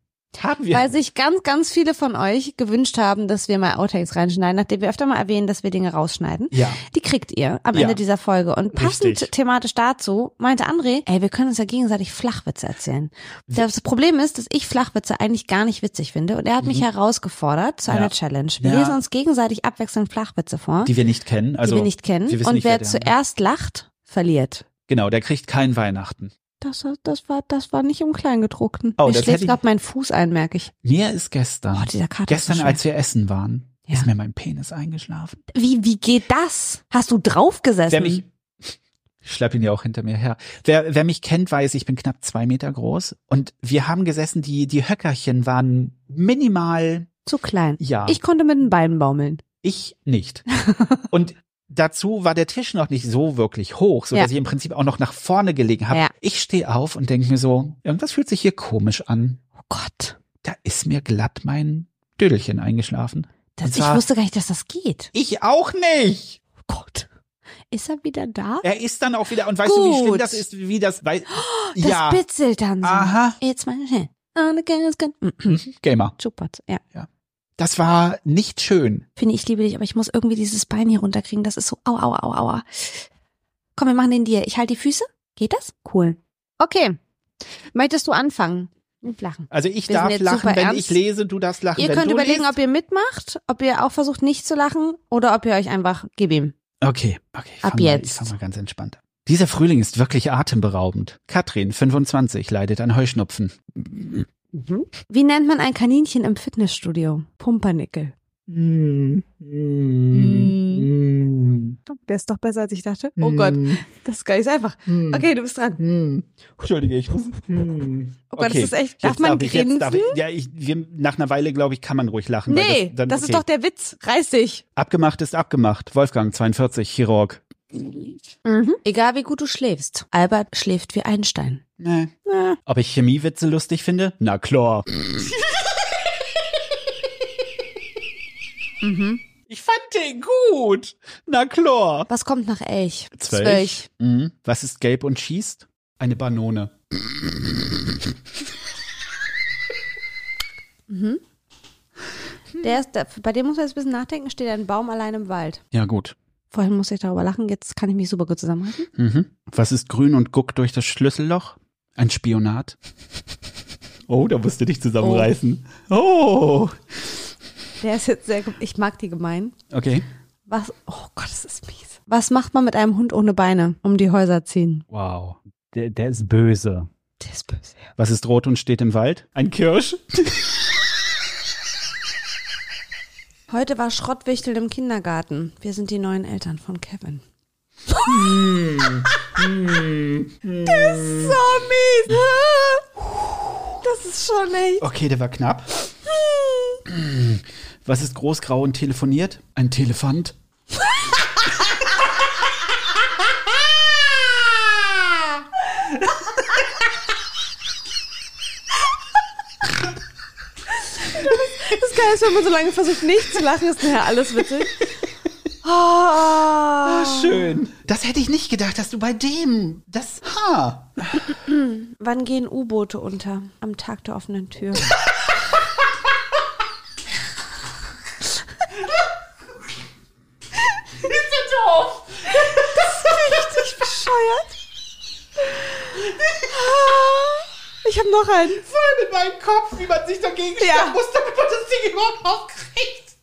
D: Haben wir.
B: Weil sich ganz, ganz viele von euch gewünscht haben, dass wir mal Outtakes reinschneiden, nachdem wir öfter mal erwähnen, dass wir Dinge rausschneiden.
D: ja.
B: Die kriegt ihr am
D: Ja.
B: Ende dieser Folge. Und passend
D: Richtig.
B: thematisch dazu meinte André, ey, wir können uns ja gegenseitig Flachwitze erzählen. Das Problem ist, dass ich Flachwitze eigentlich gar nicht witzig finde. Und er hat mich herausgefordert zu
D: Mhm. Ja.
B: einer Challenge. Wir
D: Ja.
B: lesen uns gegenseitig abwechselnd Flachwitze vor, die,
D: Die wir nicht kennen. Also
B: wir nicht kennen.
D: wir wissen
B: Und
D: nicht,
B: wer
D: der-
B: zuerst lacht, verliert.
D: Genau, der kriegt kein Weihnachten.
B: Das, das, war, das war nicht im Kleingedruckten.
D: Oh,
B: mir
D: das hätte
B: schlägt
D: ich-
B: gerade mein Fuß ein, merke ich.
D: Mir ist gestern,
B: Oh, dieser Kater ist so
D: gestern
B: schön.
D: als wir essen waren,
B: Ja.
D: ist mir mein Penis eingeschlafen.
B: Wie, wie geht das? Hast du
D: Wer
B: draufgesessen?
D: mich, ich schlepp ihn ja auch hinter mir her. Wer, wer mich kennt, weiß, ich bin knapp zwei Meter groß und wir haben gesessen, die, die Höckerchen waren minimal,
B: Zu klein.
D: ja, ich,
B: Ich konnte mit den Beinen baumeln.
D: nicht. und dazu war der Tisch noch nicht so wirklich hoch, so
B: Ja.
D: dass ich im Prinzip auch noch nach vorne gelegen habe.
B: Ja.
D: Ich stehe auf und denke mir so, irgendwas fühlt sich hier komisch an.
B: Oh Gott.
D: Da ist mir glatt mein Dödelchen eingeschlafen.
B: Das,
D: Und
B: ich
D: zwar-
B: wusste gar nicht, dass das geht.
D: Ich auch nicht.
B: Oh Gott. Ist er wieder da?
D: Er ist dann auch wieder, und weißt du, wie schlimm
B: Gut.
D: das ist, wie das, weil,
B: Das
D: ja,
B: bitzelt dann so.
D: aha,
B: Jetzt mal Ah, hin. Und again, it's good. Mhm.
D: Gamer.
B: Super. Ja.
D: Das war nicht schön.
B: Finde ich liebe dich, aber ich muss irgendwie dieses Bein hier runterkriegen. Das ist so au, au, au, au. au. Komm, wir machen den dir. Ich halte die Füße. Geht das? Cool. Okay. Möchtest du anfangen? Mit Lachen.
D: Also ich
B: Wir sind
D: darf
B: jetzt
D: lachen,
B: super
D: wenn
B: ernst.
D: ich lese, du darfst lachen,
B: Ihr
D: wenn
B: könnt
D: du
B: überlegen,
D: liest.
B: ob ihr mitmacht, ob ihr auch versucht, nicht zu lachen oder ob ihr euch einfach gib ihm.
D: Okay, okay, ich
B: Ab
D: fang Mal, ich
B: jetzt.
D: fang mal ganz entspannt an. Dieser Frühling ist wirklich atemberaubend. Katrin, 25, leidet an Heuschnupfen.
B: Wie nennt man ein Kaninchen im Fitnessstudio? Pumpernickel. Mm. Der ist doch besser, als ich dachte. Oh
D: Hm.
B: Gott, das ist gar nicht so einfach. Okay, du bist dran.
D: Entschuldige, ich muss.
B: Mm. Oh Gott,
D: Okay,
B: das ist echt. Darf
D: Jetzt
B: man
D: darf ich, jetzt
B: grinsen?
D: darf ich, ja, ich, wir, nach einer Weile, glaube ich, kann man ruhig lachen. weil
B: nee,
D: das, dann,
B: das
D: okay.
B: ist doch der Witz. Reiß dich.
D: Abgemacht ist abgemacht. Wolfgang, 42, Chirurg.
B: Egal wie gut du schläfst. Albert schläft wie Einstein.
D: Nee. Ob ich Chemiewitze lustig finde? Na klar. Ich fand den gut. Na klar.
B: Was kommt nach Elch?
D: Zwölch. Mhm. Was ist gelb und schießt? Eine Banone.
B: Hm. Der ist, der, bei dem muss man jetzt ein bisschen nachdenken. Steht ein Baum allein im Wald.
D: Ja, gut.
B: Vorhin musste ich darüber lachen. Jetzt kann ich mich super gut zusammenhalten.
D: Mhm. Was ist grün und guckt durch das Schlüsselloch? Ein Spionat. Oh, da musst du dich zusammenreißen. Oh.
B: Der ist jetzt sehr. gem- Ich mag die gemein.
D: Okay.
B: Was? Oh Gott, das ist mies. Was macht man mit einem Hund ohne Beine? Um die Häuser ziehen.
D: Wow. Der, der ist böse.
B: Der ist böse.
D: Was ist rot und steht im Wald? Ein Kirsch.
B: Heute war Schrottwichteln im Kindergarten. Wir sind die neuen Eltern von Kevin. Das ist so mies. ne? Das ist schon echt.
D: Okay, der war knapp. Was ist groß, grau und telefoniert? Ein Telefant.
B: Das Geile ist, wenn man so lange versucht, nicht zu lachen, ist nachher alles witzig. Oh.
D: Ah, Schön. Das hätte ich nicht gedacht, dass du bei dem das Ha.
B: Wann gehen U-Boote unter? Am Tag der offenen Tür. Richtig bescheuert. Ich habe noch einen.
E: mit meinem Kopf, wie man sich dagegen
B: Ja.
E: stellen muss, damit man das Ding überhaupt aufkriegt.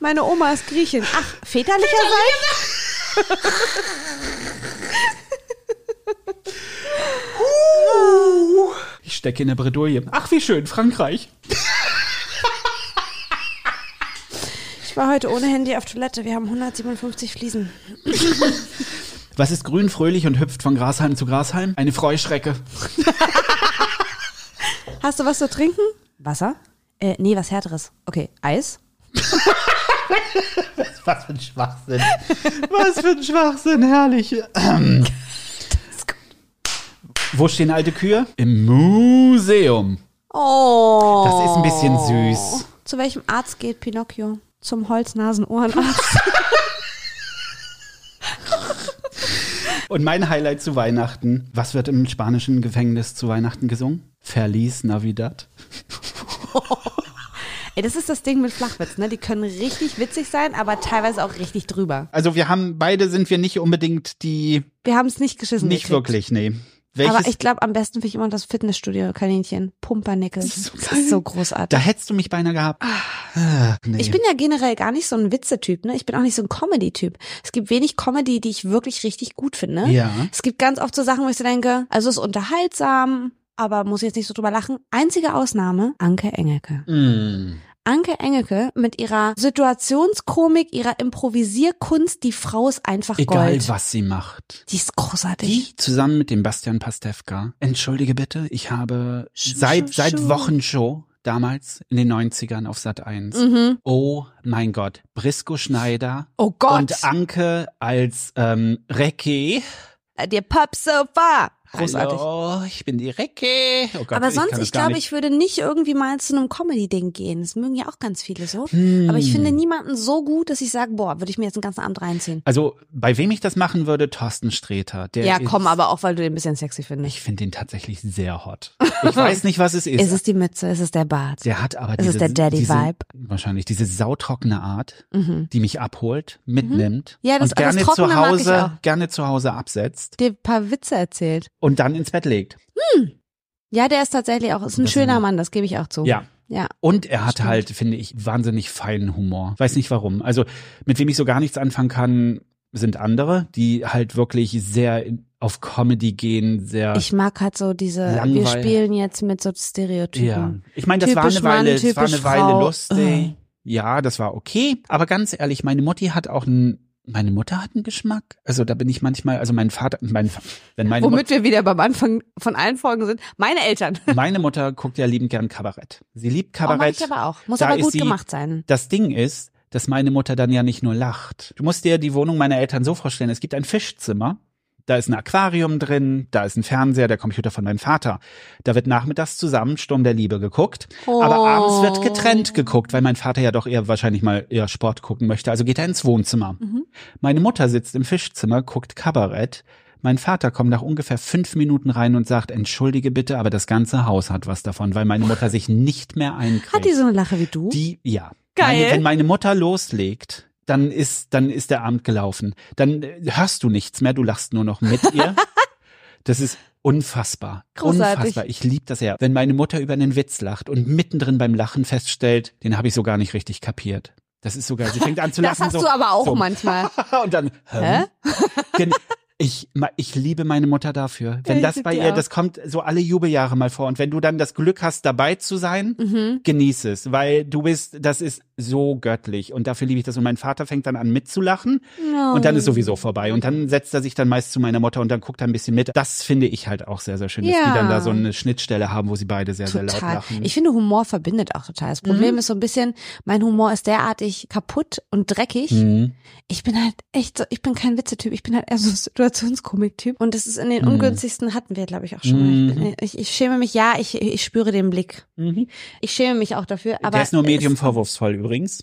B: Meine Oma ist Griechin. Ach, väterlicherseits?
D: Ich stecke in der Bredouille. Ach, wie schön, Frankreich.
B: Ich war heute ohne Handy auf Toilette. Wir haben 157 Fliesen.
D: Was ist grün, fröhlich und hüpft von Grashalm zu Grashalm? Eine Freuschrecke.
B: Hast du was zu trinken? Wasser? Äh, nee, was Härteres. Okay, Eis?
D: Was für ein Schwachsinn. Was für ein Schwachsinn, herrlich. Wo stehen alte Kühe? Im Museum.
B: Oh.
D: Das ist ein bisschen süß.
B: Zu welchem Arzt geht Pinocchio? Zum Holznasenohrenarzt.
D: Und mein Highlight zu Weihnachten. Was wird im spanischen Gefängnis zu Weihnachten gesungen? Verlies Navidad.
B: Ey, das ist das Ding mit Flachwitz, ne? Die können richtig witzig sein, aber teilweise auch richtig drüber.
D: Also wir haben, beide sind wir nicht unbedingt die,
B: Wir haben es nicht geschissen.
D: nicht
B: gekriegt.
D: wirklich, nee. Welches,
B: Aber ich glaube, am besten finde ich immer das Fitnessstudio-Kaninchen. Pumpernickel. Das ist so, großartig.
D: da hättest du mich beinahe gehabt. Ah, nee.
B: Ich bin ja generell gar nicht so ein Witzetyp, ne? Ich bin auch nicht so ein Comedy-Typ. Es gibt wenig Comedy, die ich wirklich richtig gut finde.
D: Ja.
B: Es gibt ganz oft so Sachen, wo ich so denke, also ist unterhaltsam, aber muss jetzt nicht so drüber lachen. Einzige Ausnahme, Anke Engelke.
D: Mm.
B: Anke Engelke mit ihrer Situationskomik, ihrer Improvisierkunst, die Frau ist einfach
D: Egal,
B: Gold.
D: was sie macht.
B: Die ist großartig.
D: Die zusammen mit dem Bastian Pastewka. Entschuldige bitte, ich habe
B: Sch-
D: seit,
B: Sch-
D: seit
B: Sch-
D: Wochenshow damals in den 90ern auf Sat 1.
B: Mhm.
D: Oh mein Gott. Brisco Schneider
B: Oh Gott.
D: und Anke als ähm, Recke.
B: Dir Äh, Pop so far. Großartig.
D: Hallo, ich bin die Recke. Oh Gott,
B: Aber sonst, ich,
D: kann das gar
B: glaube,
D: nicht.
B: ich würde nicht irgendwie mal zu einem Comedy-Ding gehen. Das mögen ja auch ganz viele so. Aber ich
D: Hm.
B: finde niemanden so gut, dass ich sage, boah, würde ich mir jetzt den ganzen Abend reinziehen.
D: Also, bei wem ich das machen würde, Thorsten Sträter. Der
B: Ja,
D: ist,
B: komm, aber auch, weil du den ein bisschen sexy findest.
D: Ich finde ihn tatsächlich sehr hot. Ich weiß nicht, was es ist.
B: Ist es die Mütze? Ist es der Bart?
D: der hat aber
B: Ist es
D: diese,
B: der Daddy
D: diese,
B: Vibe?
D: wahrscheinlich diese sautrockene Art,
B: Mhm.
D: die mich abholt, mitnimmt
B: Ja, das-
D: und
B: das
D: gerne
B: Trockene
D: zu
B: mag ich
D: Hause,
B: auch.
D: gerne zu Hause absetzt
B: Dir ein paar Witze erzählt.
D: und dann ins Bett legt.
B: Ja, der ist tatsächlich auch, ist ein
D: Das-
B: schöner Mann, das gebe ich auch zu.
D: Ja.
B: Oh, Ja.
D: Und er hat
B: Stimmt.
D: halt, finde ich, wahnsinnig feinen Humor. Weiß nicht warum. Also, mit wem ich so gar nichts anfangen kann, sind andere, die halt wirklich sehr in- auf Comedy gehen, sehr.
B: Ich mag halt so diese, wir
D: Langweil.
B: spielen jetzt mit so Stereotypen.
D: ja. Ich meine, das war eine
B: Typisch Mann,
D: Weile, das war eine
B: typisch
D: Weile
B: Frau. Äh.
D: lustig.
B: Ugh.
D: Ja, das war okay. Aber ganz ehrlich, meine Mutti hat auch einen, meine Mutter hat einen Geschmack. Also da bin ich manchmal, also mein Vater, mein, Fa- wenn meine, Mut,
B: Womit wir wieder beim Anfang von allen Folgen sind. Meine Eltern.
D: meine Mutter guckt ja liebend gern Kabarett. Sie liebt
B: Oh, mag
D: Kabarett.
B: ich aber auch. Muss
D: Da
B: aber
D: ist
B: gut
D: sie-
B: gemacht sein.
D: Das Ding ist, dass meine Mutter dann ja nicht nur lacht. Du musst dir die Wohnung meiner Eltern so vorstellen, es gibt ein Fischzimmer, da ist ein Aquarium drin, da ist ein Fernseher, der Computer von meinem Vater. Da wird nachmittags zusammen Sturm der Liebe geguckt, aber
B: Oh.
D: abends wird getrennt geguckt, weil mein Vater ja doch eher wahrscheinlich mal eher Sport gucken möchte, also geht er ins Wohnzimmer.
B: Mhm.
D: Meine Mutter sitzt im Fischzimmer, guckt Kabarett. Mein Vater kommt nach ungefähr fünf Minuten rein und sagt, entschuldige bitte, aber das ganze Haus hat was davon, weil meine Mutter sich nicht mehr einkriegt.
B: Hat die so eine Lache wie du?
D: Die, ja.
B: Geil.
D: Meine, wenn meine Mutter loslegt, dann ist, dann ist der Abend gelaufen. Dann äh, hörst du nichts mehr, du lachst nur noch mit ihr. Das ist unfassbar.
B: Großartig.
D: Unfassbar. Ich liebe das ja. Wenn meine Mutter über einen Witz lacht und mittendrin beim Lachen feststellt, den habe ich so gar nicht richtig kapiert. Das ist sogar, sie fängt an zu lachen.
B: das hast
D: so,
B: du aber auch
D: so.
B: manchmal.
D: Und dann,
B: Hä?
D: hä? Gen- Ich, ma- ich liebe meine Mutter dafür. Wenn
B: ich
D: das
B: lieb
D: bei
B: die
D: ihr,
B: auch.
D: das kommt so alle Jubeljahre mal vor. Und wenn du dann das Glück hast, dabei zu sein,
B: Mhm.
D: genieß es. Weil du bist, das ist so göttlich. Und dafür liebe ich das. Und mein Vater fängt dann an mitzulachen. Und dann ist
B: Oh.
D: sowieso vorbei. Und dann setzt er sich dann meist zu meiner Mutter und dann guckt er ein bisschen mit. Das finde ich halt auch sehr, sehr schön, dass
B: Ja.
D: die dann da so eine Schnittstelle haben, wo sie beide sehr, sehr laut
B: Total.
D: lachen.
B: Ich finde, Humor verbindet auch total. Das Problem ist so ein bisschen, mein Humor ist derartig kaputt und dreckig.
D: Mhm.
B: Ich bin halt echt so, ich bin kein Witzetyp, ich bin halt eher so ein Situationskomik-Typ. Und das ist in
D: Mhm.
B: den ungünstigsten hatten wir, glaube ich, auch schon. mal. Ich, bin, ich, ich schäme mich, ja, ich, ich spüre den Blick. Ich schäme mich auch dafür. Aber
D: Mhm. Der ist nur medium
B: es-
D: vorwurfsvoll übrigens.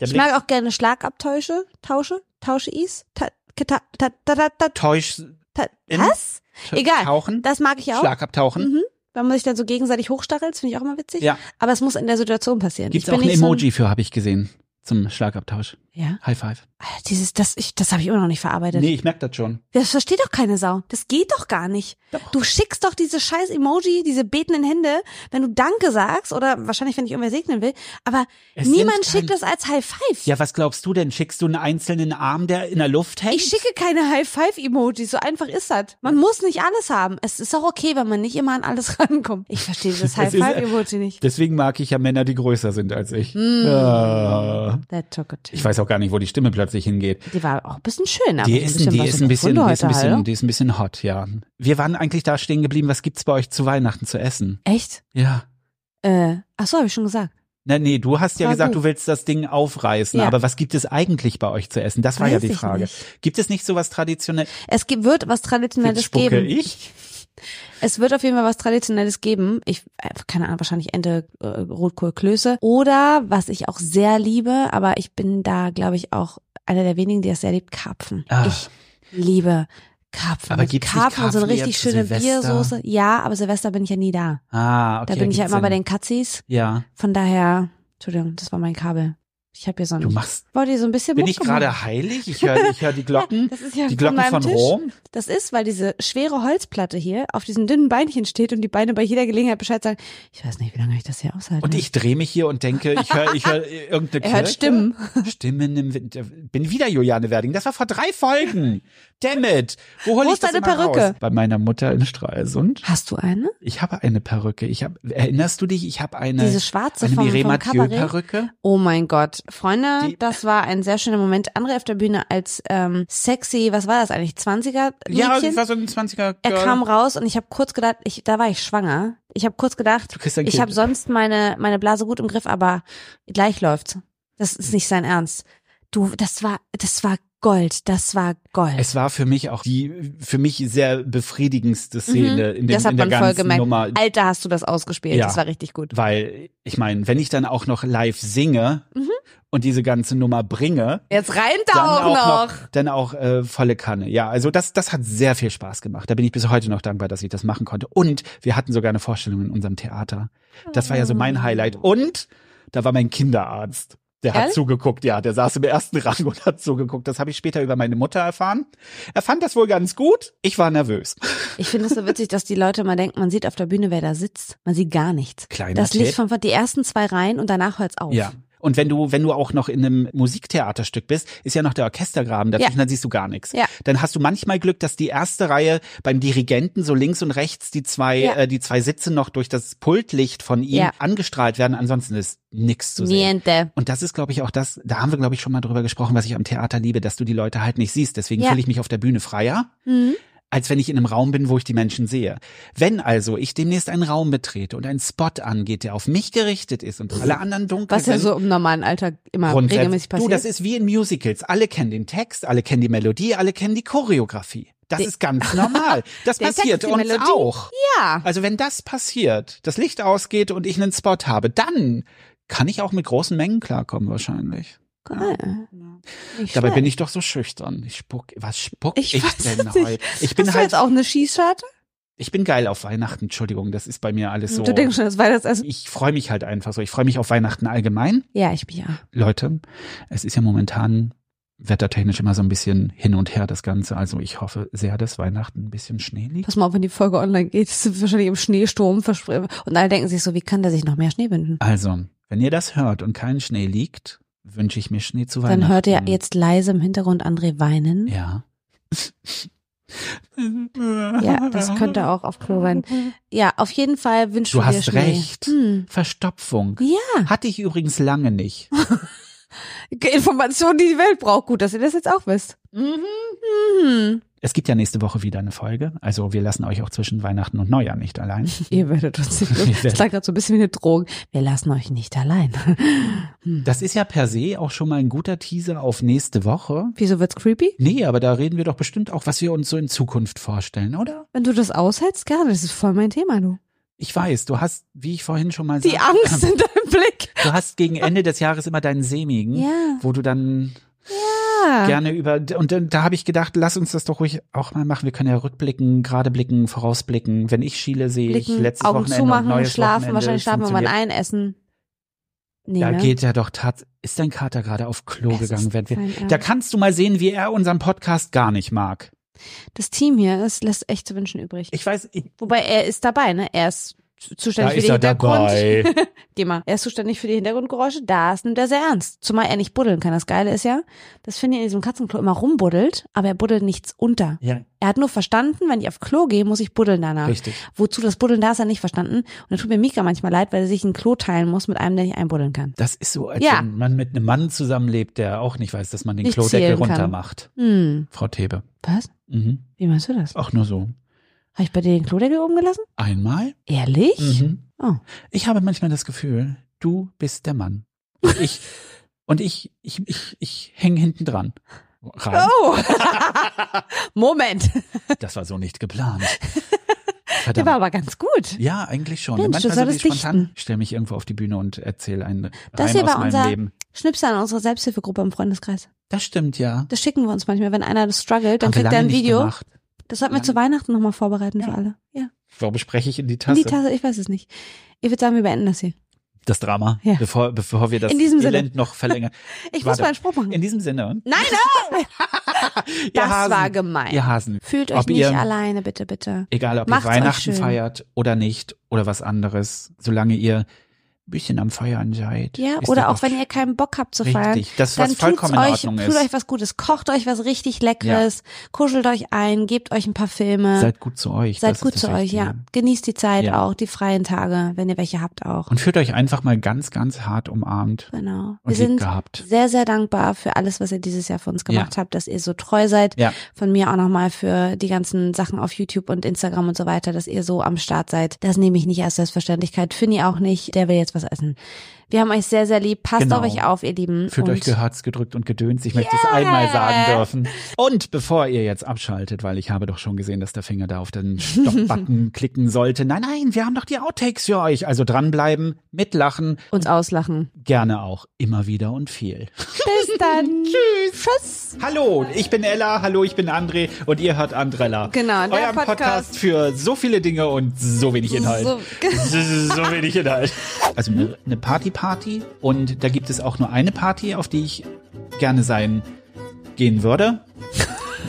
D: Der
B: Ich
D: Blick
B: mag auch gerne Schlagabtäusche, Tausche, Tausche Is, ta, ta, ta, ta, ta, ta,
D: täusch,
B: ta,
D: In-
B: was? Egal.
D: tauchen,
B: Das mag ich auch. Mhm.
D: Schlagabtauchen.
B: Wenn man sich dann so gegenseitig hochstachelt, finde ich auch immer witzig.
D: Ja.
B: Aber es muss in der Situation passieren.
D: Gibt's
B: ich bin
D: auch ein
B: nicht so
D: Emoji für, habe ich gesehen, zum Schlagabtausch.
B: ja.
D: High Five.
B: Alter, Dieses, das, ich, das habe ich immer noch nicht verarbeitet.
D: Nee, ich merk das schon.
B: Das versteht doch keine Sau. Das geht doch gar nicht. Du schickst doch diese scheiß Emoji, diese betenden Hände, wenn du Danke sagst oder wahrscheinlich, wenn ich irgendwer segnen will. Aber
D: Es
B: niemand
D: nimmt kein-
B: schickt das als High Five.
D: Ja, was glaubst du denn? Schickst du einen einzelnen Arm, der in der Luft hängt?
B: Ich schicke keine High-Five-Emojis, so einfach ist das. Man muss nicht alles haben. Es ist auch okay, wenn man nicht immer an alles rankommt. Ich verstehe dieses
D: Es ist-
B: High-Five-Emoji nicht.
D: Deswegen mag ich ja Männer, die größer sind als
B: Hm.
D: ich. Ja.
B: That took a turn.
D: Ich weiß auch gar nicht, wo die Stimme plötzlich hingeht.
B: Die war auch ein bisschen schön, aber
D: Die ist,
B: ein bisschen
D: die,
B: was halt,
D: ist
B: im
D: ein bisschen,
B: Funde
D: die, ist ein
B: heute, hallo?
D: bisschen, die ist ein bisschen hot, ja. Wir waren eigentlich da stehen geblieben, was gibt's bei euch zu Weihnachten zu essen?
B: ne? Echt?
D: Ja.
B: Äh, ach so, habe ich schon gesagt.
D: Na, nee, du hast ja
B: War
D: gesagt,
B: gut.
D: du willst das Ding aufreißen,
B: Ja.
D: aber was gibt es eigentlich bei euch zu essen? Das war ja
B: Weiß
D: die
B: ich
D: Frage.
B: nicht.
D: Gibt es nicht sowas traditionell?
B: Es gibt, wird was Traditionelles
D: Jetzt spucke
B: geben.
D: ich.
B: Es wird auf jeden Fall was Traditionelles geben. Ich, äh, keine Ahnung, wahrscheinlich Ente, äh, Rotkohl, Klöße. Oder, was ich auch sehr liebe, aber ich bin da, glaube ich, auch einer der wenigen, die das sehr liebt, Karpfen.
D: Ah.
B: Ich liebe Karpfen.
D: Aber
B: Mit
D: gibt's nicht
B: Karpfen und so eine
D: Karpfen
B: richtig
D: eher zu
B: schöne
D: Silvester?
B: Biersoße. Ja, aber Silvester bin ich ja nie da.
D: Ah, okay.
B: Da bin ich ja
D: gibt's
B: immer bei
D: denn-
B: den Katzis.
D: Ja.
B: Von daher, Entschuldigung, das war mein Kabel. Ich habe hier so ein.
D: Du machst-
B: Wollte hier so ein bisschen
D: Bin
B: Mut
D: ich
B: gemacht.
D: gerade heilig? Ich höre ich hör die Glocken,
B: Das ist ja
D: die Glocken
B: meinem
D: von
B: Tisch.
D: Rom.
B: Das ist, weil diese schwere Holzplatte hier auf diesen dünnen Beinchen steht und die Beine bei jeder Gelegenheit Bescheid sagen. Ich weiß nicht, wie lange ich das hier aushalte.
D: Und ich drehe mich hier und denke, ich höre ich hör irgendeine
B: Er hört
D: Kirche.
B: Stimmen.
D: Stimmen im Wind. äh, Bin wieder Juliane Werding. Das war vor drei Folgen. Damn it. Wo hole
B: Wo
D: ich
B: ist
D: das
B: deine
D: immer
B: Perücke?
D: raus? Bei meiner Mutter in Stralsund.
B: Hast du eine?
D: Ich habe eine Perücke. Ich habe, erinnerst du dich? Ich habe eine,
B: Diese schwarze
D: eine
B: vom-
D: Mireille
B: vom
D: Mathieu
B: Kabarett?
D: Perücke.
B: Oh mein Gott. Freunde,
D: Die-
B: das war ein sehr schöner Moment. Andere auf der Bühne als ähm, sexy, was war das eigentlich? 20er
D: Ja,
B: Mädchen?
D: ich war so ein 20er
B: er
D: Girl.
B: kam raus und ich habe kurz gedacht, ich, da war ich schwanger. Ich habe kurz gedacht,
D: Du kriegst ein
B: ich
D: Kind.
B: habe sonst meine, meine Blase gut im Griff, aber gleich läuft's. Das ist nicht sein Ernst. Du, das war, das war Gold. Das war Gold.
D: es war für mich auch die für mich sehr befriedigendste Szene
B: Mhm.
D: in, dem,
B: das hat
D: in der
B: man
D: ganzen
B: voll gemerkt.
D: Nummer,
B: Alter, hast du das ausgespielt.
D: Ja.
B: Das war richtig gut.
D: weil ich meine, wenn ich dann auch noch live singe
B: Mhm.
D: und diese ganze Nummer bringe,
B: Jetzt reimt er
D: dann
B: auch, noch.
D: Dann auch äh, volle Kanne. Ja, also das, das hat sehr viel Spaß gemacht. Da bin ich bis heute noch dankbar, dass ich das machen konnte. Und wir hatten sogar eine Vorstellung in unserem Theater. Das war ja so mein Highlight. Und da war mein Kinderarzt. Der hat
B: Ah. Ehrlich?
D: zugeguckt, ja, der saß im ersten Rang und hat zugeguckt. Das habe ich später über meine Mutter erfahren. Er fand das wohl ganz gut. Ich war nervös.
B: Ich finde es so witzig, dass die Leute immer denken, man sieht auf der Bühne, wer da sitzt. Man sieht gar nichts.
D: Kleiner
B: das Licht
D: Tipp.
B: von die ersten zwei Reihen und danach hört's auf.
D: Ja. Und wenn du, wenn du auch noch in einem Musiktheaterstück bist, ist ja noch der Orchestergraben dazwischen,
B: Ja.
D: dann siehst du gar nichts.
B: Ja.
D: Dann hast du manchmal Glück, dass die erste Reihe beim Dirigenten so links und rechts die zwei,
B: Ja.
D: äh, die zwei Sitze noch durch das Pultlicht von ihm
B: Ja.
D: angestrahlt werden. Ansonsten ist nichts zu sehen.
B: Niente.
D: Und das ist, glaube ich, auch das, da haben wir, glaube ich, schon mal drüber gesprochen, was ich am Theater liebe, dass du die Leute halt nicht siehst. Deswegen
B: Ja.
D: fühle ich mich auf der Bühne freier, als wenn ich in einem Raum bin, wo ich die Menschen sehe. Wenn also ich demnächst einen Raum betrete und einen Spot angeht, der auf mich gerichtet ist und alle anderen dunkel
B: Was ja
D: sind,
B: so im normalen Alter immer
D: Grundsätz-
B: regelmäßig passiert.
D: Du, das ist wie in Musicals. Alle kennen den Text, alle kennen die Melodie, alle kennen die Choreografie. Das
B: Die-
D: ist ganz normal. Das
B: Der Text,
D: passiert
B: die
D: uns
B: Melodie?
D: auch.
B: ja.
D: Also wenn das passiert, das Licht ausgeht und ich einen Spot habe, dann kann ich auch mit großen Mengen klarkommen wahrscheinlich.
B: Geil. Nicht
D: Dabei
B: schlecht.
D: bin ich doch so schüchtern. Ich spuck, was spuck
B: Ich
D: ich,
B: weiß
D: denn
B: es nicht.
D: heute? Ich bin
B: Hast du
D: halt,
B: jetzt auch eine Schießscharte?
D: ich bin geil auf Weihnachten. Entschuldigung, das ist bei mir alles so.
B: Du denkst schon, das war das erste.
D: ich freue mich halt einfach so. Ich freue mich auf Weihnachten allgemein.
B: Ja, ich bin ja.
D: Leute, es ist ja momentan wettertechnisch immer so ein bisschen hin und her das Ganze. Also ich hoffe sehr, dass Weihnachten ein bisschen Schnee liegt.
B: Pass mal auf, wenn die Folge online geht, sind wir wahrscheinlich im Schneesturm verspr- und alle denken sich so, wie kann der sich noch mehr Schnee wünschen?
D: Also, wenn ihr das hört und kein Schnee liegt, wünsche ich mir Schnee zu Weihnachten.
B: Dann hört ihr jetzt leise im Hintergrund André weinen.
D: Ja.
B: Ja, das könnte auch auf Klo sein. Ja, auf jeden Fall wünschen
D: Du
B: wir
D: hast
B: Schnee.
D: recht.
B: Hm.
D: Verstopfung.
B: Ja,
D: Hatte ich übrigens lange nicht.
B: Informationen, die die Welt braucht. Gut, dass ihr das jetzt auch wisst. Mhm.
D: Es gibt ja nächste Woche wieder eine Folge. Also wir lassen euch auch zwischen Weihnachten und Neujahr nicht allein.
B: Ihr werdet uns nicht. Das klang gerade so ein bisschen wie eine Drohung. Wir lassen euch nicht allein.
D: Das ist ja per se auch schon mal ein guter Teaser auf nächste Woche.
B: Wieso wird's creepy?
D: Nee, aber da reden wir doch bestimmt auch, was wir uns so in Zukunft vorstellen, oder?
B: Wenn du das aushältst, gerne. Das ist voll mein Thema, du.
D: Ich weiß, du hast, wie ich vorhin schon mal
B: Die
D: sagte,
B: Angst in deinem Blick.
D: du hast gegen Ende des Jahres immer deinen Semigen,
B: Ja. Ah.
D: wo du dann
B: Ja.
D: Hm? gerne über und dann, da habe ich gedacht, lass uns das doch ruhig auch mal machen. Wir können ja rückblicken, gerade blicken, vorausblicken. Wenn ich Schiele sehe, ich
B: Blicken,
D: letztes
B: Augen
D: Wochenende und
B: zumachen,
D: neues
B: schlafen,
D: Wochenende
B: wahrscheinlich schlafen wir mal
D: funktioniert.
B: ein, essen. Nee,
D: Da
B: ne?
D: geht ja doch tats. Ist dein Kater gerade auf Klo
B: Es ist
D: gegangen? Während wir,
B: sein Ernst.
D: da kannst du mal sehen, wie er unseren Podcast gar nicht mag.
B: Das Team hier, das lässt echt zu wünschen übrig.
D: Ich weiß, ich,
B: Wobei er ist dabei, ne? Er ist zu-
D: da
B: zuständig
D: ist
B: für
D: er
B: die Hintergrund.
D: dabei.
B: Geh mal. Er ist zuständig für die Hintergrundgeräusche. Das nimmt er sehr ernst. Zumal er nicht buddeln kann. Das Geile ist ja, dass Finny in diesem Katzenklo immer rumbuddelt, aber er buddelt nichts unter.
D: ja,
B: Er hat nur verstanden, wenn ich auf Klo gehe, muss ich buddeln danach.
D: richtig.
B: Wozu das Buddeln da ist, er nicht verstanden. Und dann tut mir Mika manchmal leid, weil er sich ein Klo teilen muss mit einem, der nicht einbuddeln kann.
D: Das ist so, als
B: Ja.
D: wenn man mit einem Mann zusammenlebt, der auch nicht weiß, dass man den
B: Nicht
D: Klodeckel
B: zählen kann.
D: runter macht.
B: Hm.
D: Frau Thebe.
B: Was?
D: Mhm.
B: Wie meinst du das?
D: Auch nur so.
B: Habe ich bei dir den Klodeckel oben gelassen?
D: Einmal.
B: Ehrlich?
D: Mhm.
B: Oh.
D: Ich habe manchmal das Gefühl, du bist der Mann. Und ich, und ich, ich, ich, ich hänge hinten dran. Rein.
B: Oh! Moment.
D: Das war so nicht geplant.
B: Oh. Der war
D: Verdammt.
B: aber ganz gut.
D: Ja, eigentlich schon.
B: Mensch, du
D: Manchmal so
B: solltest
D: die spontan,
B: dichten.
D: ich stelle mich irgendwo auf die Bühne und erzähle einen
B: Das
D: Reim
B: hier
D: aus
B: war
D: meinem
B: unser-
D: Leben.
B: Schnipsel an unsere Selbsthilfegruppe im Freundeskreis.
D: Das stimmt, ja.
B: Das schicken wir uns manchmal, wenn einer das struggelt, dann
D: Haben wir
B: kriegt er
D: lange
B: ein
D: nicht
B: Video.
D: Gemacht.
B: Das sollten wir
D: Lange-
B: zu Weihnachten nochmal vorbereiten für alle. Ja.
D: Warum spreche ich in die
B: In
D: Tasse?
B: die Tasse, ich weiß es nicht. Ich würde sagen, wir beenden das hier.
D: das Drama,
B: Ja.
D: bevor, bevor wir das
B: In diesem Sinne.
D: Elend noch verlängern.
B: Ich muss
D: Warte.
B: mal einen Spruch machen.
D: In diesem Sinne.
B: Nein, oh!
D: ihr
B: das
D: Hasen,
B: war gemein.
D: Ihr Hasen.
B: Fühlt euch
D: Ob
B: nicht
D: ihr-
B: alleine, bitte, bitte.
D: Egal, ob
B: Macht's
D: ihr
B: euch
D: Weihnachten
B: schön.
D: feiert oder nicht oder was anderes, solange ihr ein bisschen am Feiern seid.
B: Ja,
D: ist
B: oder
D: doch
B: auch wenn ihr keinen Bock habt zu
D: Richtig,
B: feiern,
D: das,
B: dann
D: was
B: tut's
D: vollkommen in
B: euch,
D: Ordnung
B: tut
D: ist.
B: euch was Gutes, kocht euch was richtig Leckeres, kuschelt euch ein, gebt euch ein paar Filme, seid,
D: Seid gut zu euch. das ist
B: gut
D: das
B: zu euch,
D: Wichtige.
B: ja. Genießt die Zeit
D: Ja.
B: auch, die freien Tage, wenn ihr welche habt auch.
D: Und fühlt euch einfach mal ganz, ganz hart umarmt.
B: Genau.
D: Und
B: Wir
D: lieb
B: sind
D: gehabt.
B: sehr, sehr dankbar für alles, was ihr dieses Jahr für uns gemacht habt, dass ihr so treu seid.
D: Ja.
B: Von mir auch nochmal für die ganzen Sachen auf YouTube und Instagram und so weiter, dass ihr so am Start seid. Das nehme ich nicht als Selbstverständlichkeit. Finny auch nicht. Der will jetzt was essen. Wir haben euch sehr, sehr lieb. Passt
D: Genau.
B: auf euch auf, ihr Lieben.
D: Fühlt
B: und
D: euch gehört, gedrückt und gedönst. Ich möchte es einmal sagen dürfen. Und bevor ihr jetzt abschaltet, weil ich habe doch schon gesehen, dass der Finger da auf den Stopp-Button klicken sollte. Nein, nein, wir haben doch die Outtakes für euch. Also dranbleiben, mitlachen,
B: uns auslachen.
D: gerne auch immer wieder und viel.
B: Bis dann. Tschüss. Tschüss.
D: Hallo, ich bin Ella, hallo, ich bin André und ihr hört Andrella.
B: Genau, der
D: Euer Podcast.
B: Podcast
D: für so viele Dinge und so wenig Inhalt.
B: So-
D: So, wenig Inhalt. Also eine- eine Party-Party und da gibt es auch nur eine Party, auf die ich gerne sein gehen würde.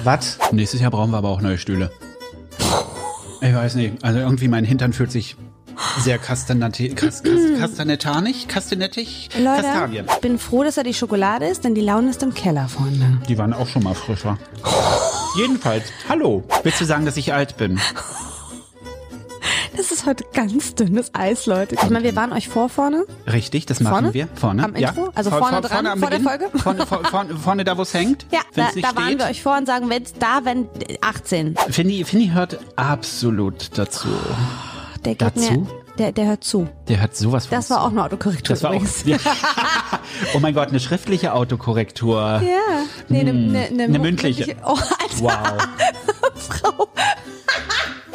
D: Was?
A: Nächstes Jahr brauchen wir aber auch neue Stühle. Ich weiß nicht. Also irgendwie mein Hintern fühlt sich sehr kastanati- kas- kas- kastanetanig, kastanettig,
B: Leute,
A: kastanien.
B: ich bin froh, dass er die Schokolade ist, denn die Laune ist im Keller, Freunde.
A: Die waren auch schon mal frischer. Jedenfalls, hallo. Willst du sagen, dass ich alt bin?
B: Das ist heute ganz dünnes Eis, Leute. Ich meine, wir waren euch vor vorne.
A: Richtig, das machen
B: Vorne?
A: wir. Vorne.
B: Am Intro? Also vorne dran,
A: am
B: vor der
A: Beginn.
B: Folge?
A: Vorne, vor, vorne, vorne da, wo es hängt?
B: Ja, da,
A: Wenn's nicht
B: da waren
A: steht.
B: wir euch vor und sagen, wenn's da, wenn 18.
A: Finny, Finny hört absolut dazu.
B: Der geht
D: Dazu?
B: mir, der, der hört zu.
D: Der hat sowas von
B: Das war auch eine Autokorrektur
D: Das war auch,
B: übrigens.
D: ja. Oh mein Gott, eine schriftliche Autokorrektur.
B: Ja. Nee, ne, ne, ne,
D: Eine mündliche.
B: Oh, Alter,
D: Wow.
B: Frau.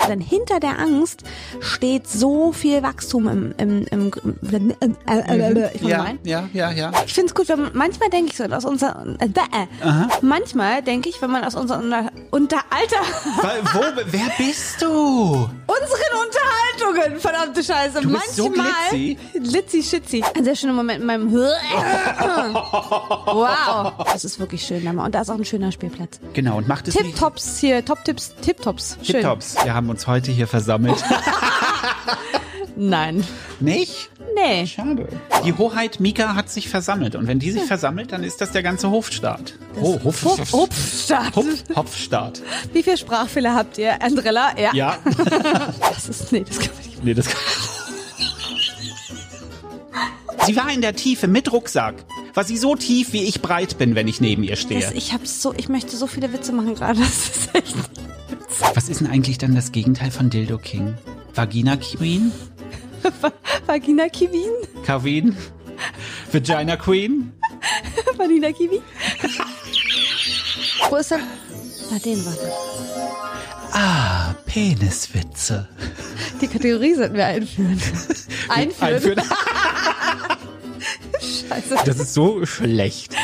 B: Denn hinter der Angst steht so viel Wachstum im, im, im, im Äh, ich ja.
A: Ja, ja, ja, ja.
B: Ich finde es gut, wenn man, manchmal denke ich so, aus unserer, äh, bäh. manchmal denke ich, wenn man aus unserer unter, unter Alter,
A: Weil, wo, wer bist du?
B: unseren Unterhaltungen, verdammte Scheiße,
A: Du bist so
B: manchmal,
A: glitzy.
B: glitzy, schitzy, ein sehr schöner Moment in meinem, wow, das ist wirklich schön, Mama. und da ist auch ein schöner Spielplatz.
D: Genau, und macht es nicht.
B: Tip-Tops hier, Top-Tips, Tip-Tops, schön.
D: Tiptops. Wir haben uns heute hier versammelt.
B: Nein.
D: nicht?
B: Nee.
D: Schade. Die Hoheit Mika hat sich versammelt. Und wenn die sich versammelt, dann ist das der ganze Hofstaat. Oh, Hof, Hopf, Hopf,
B: Obststaat.
D: Hopfstaat.
B: Wie viel Sprachfehler habt ihr? Andrella? Ja.
D: Ja.
B: Das ist, nee, das kann man nicht.
D: nee, das Sie war in der Tiefe mit Rucksack. War sie so tief, wie ich breit bin, wenn ich neben ihr
B: Das,
D: stehe.
B: ich hab so, ich möchte so viele Witze machen gerade. Das ist echt.
D: Was ist denn eigentlich dann das Gegenteil von Dildo King? Vagina Queen?
B: Vagina Kiwin?
D: Kawin? Vagina Queen?
B: Vanina Kiwi? Wo ist denn? Na, den war
D: Peniswitze.
B: Die Kategorie sollten wir einführen. Einführen.
D: Einführen.
B: Scheiße.
D: Das ist so schlecht.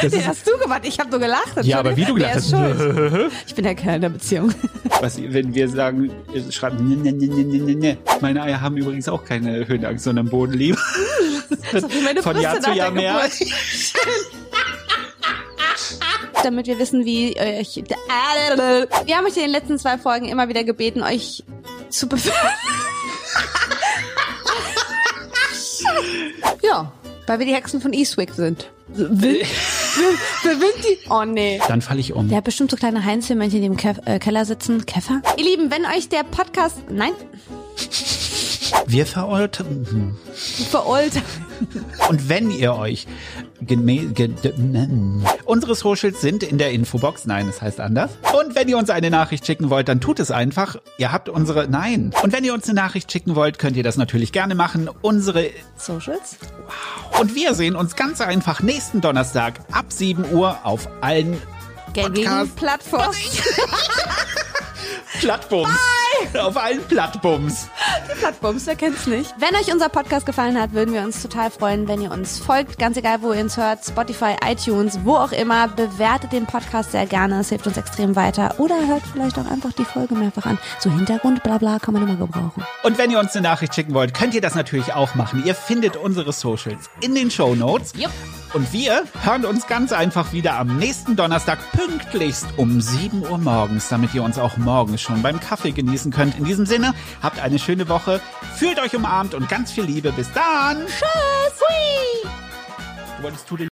D: Das
B: Den
D: ist,
B: hast du gemacht. Ich habe nur gelacht.
D: Ja, aber wie du gelacht
B: Wer ist Schuld? Ich bin der Kerl in der Beziehung.
D: was, wenn wir sagen, äh, schreiben, ne, ne, ne, ne, ne, ne, ne. Meine Eier haben übrigens auch keine Höhenangst, sondern Bodenliebe.
B: So wie meine
D: Von
B: Brüste
D: Jahr
B: nach
D: zu
B: der
D: Jahr mehr.
B: Geburt. damit wir wissen, wie euch. Wir haben euch in den letzten zwei Folgen immer wieder gebeten, euch zu bewerten. ja, weil wir die Hexen von Eastwick sind. Wind, bewindt die. Oh nee.
D: Dann falle ich um.
B: Der hat bestimmt so kleine Heinzelmännchen, die im Kef äh, Keller sitzen. Käfer? Ihr Lieben, wenn euch der Podcast. Nein,
D: Wir verurteilen. Mhm.
B: verurteilt.
D: Und wenn ihr euch gemä- ge- de- mm. unsere Socials sind in der Infobox, nein, es heißt anders. Und wenn ihr uns eine Nachricht schicken wollt, dann tut es einfach. Ihr habt unsere nein. Und wenn ihr uns eine Nachricht schicken wollt, könnt ihr das natürlich gerne machen. Unsere
B: Socials?
D: und wir sehen uns ganz einfach nächsten Donnerstag ab 7 Uhr auf allen
B: Gängigen
D: Podcast.
B: Plattformen.
D: Plattformen. Auf allen Plattbums.
B: Plattbums, wer kennt's nicht. Wenn euch unser Podcast gefallen hat, würden wir uns total freuen, wenn ihr uns folgt. Ganz egal, wo ihr uns hört, Spotify, iTunes, wo auch immer. Bewertet den Podcast sehr gerne, es hilft uns extrem weiter. Oder hört vielleicht auch einfach die Folge mehrfach an. So Hintergrund, bla bla, kann man immer gebrauchen.
D: Und wenn ihr uns eine Nachricht schicken wollt, könnt ihr das natürlich auch machen. Ihr findet unsere Socials in den Show Notes.
B: Jupp.
D: Und wir hören uns ganz einfach wieder am nächsten Donnerstag pünktlichst um 7 Uhr morgens, damit ihr uns auch morgens schon beim Kaffee genießen könnt. In diesem Sinne, habt eine schöne Woche, fühlt euch umarmt und ganz viel Liebe. Bis dann. Tschüss. Hui. Du wolltest Tudelup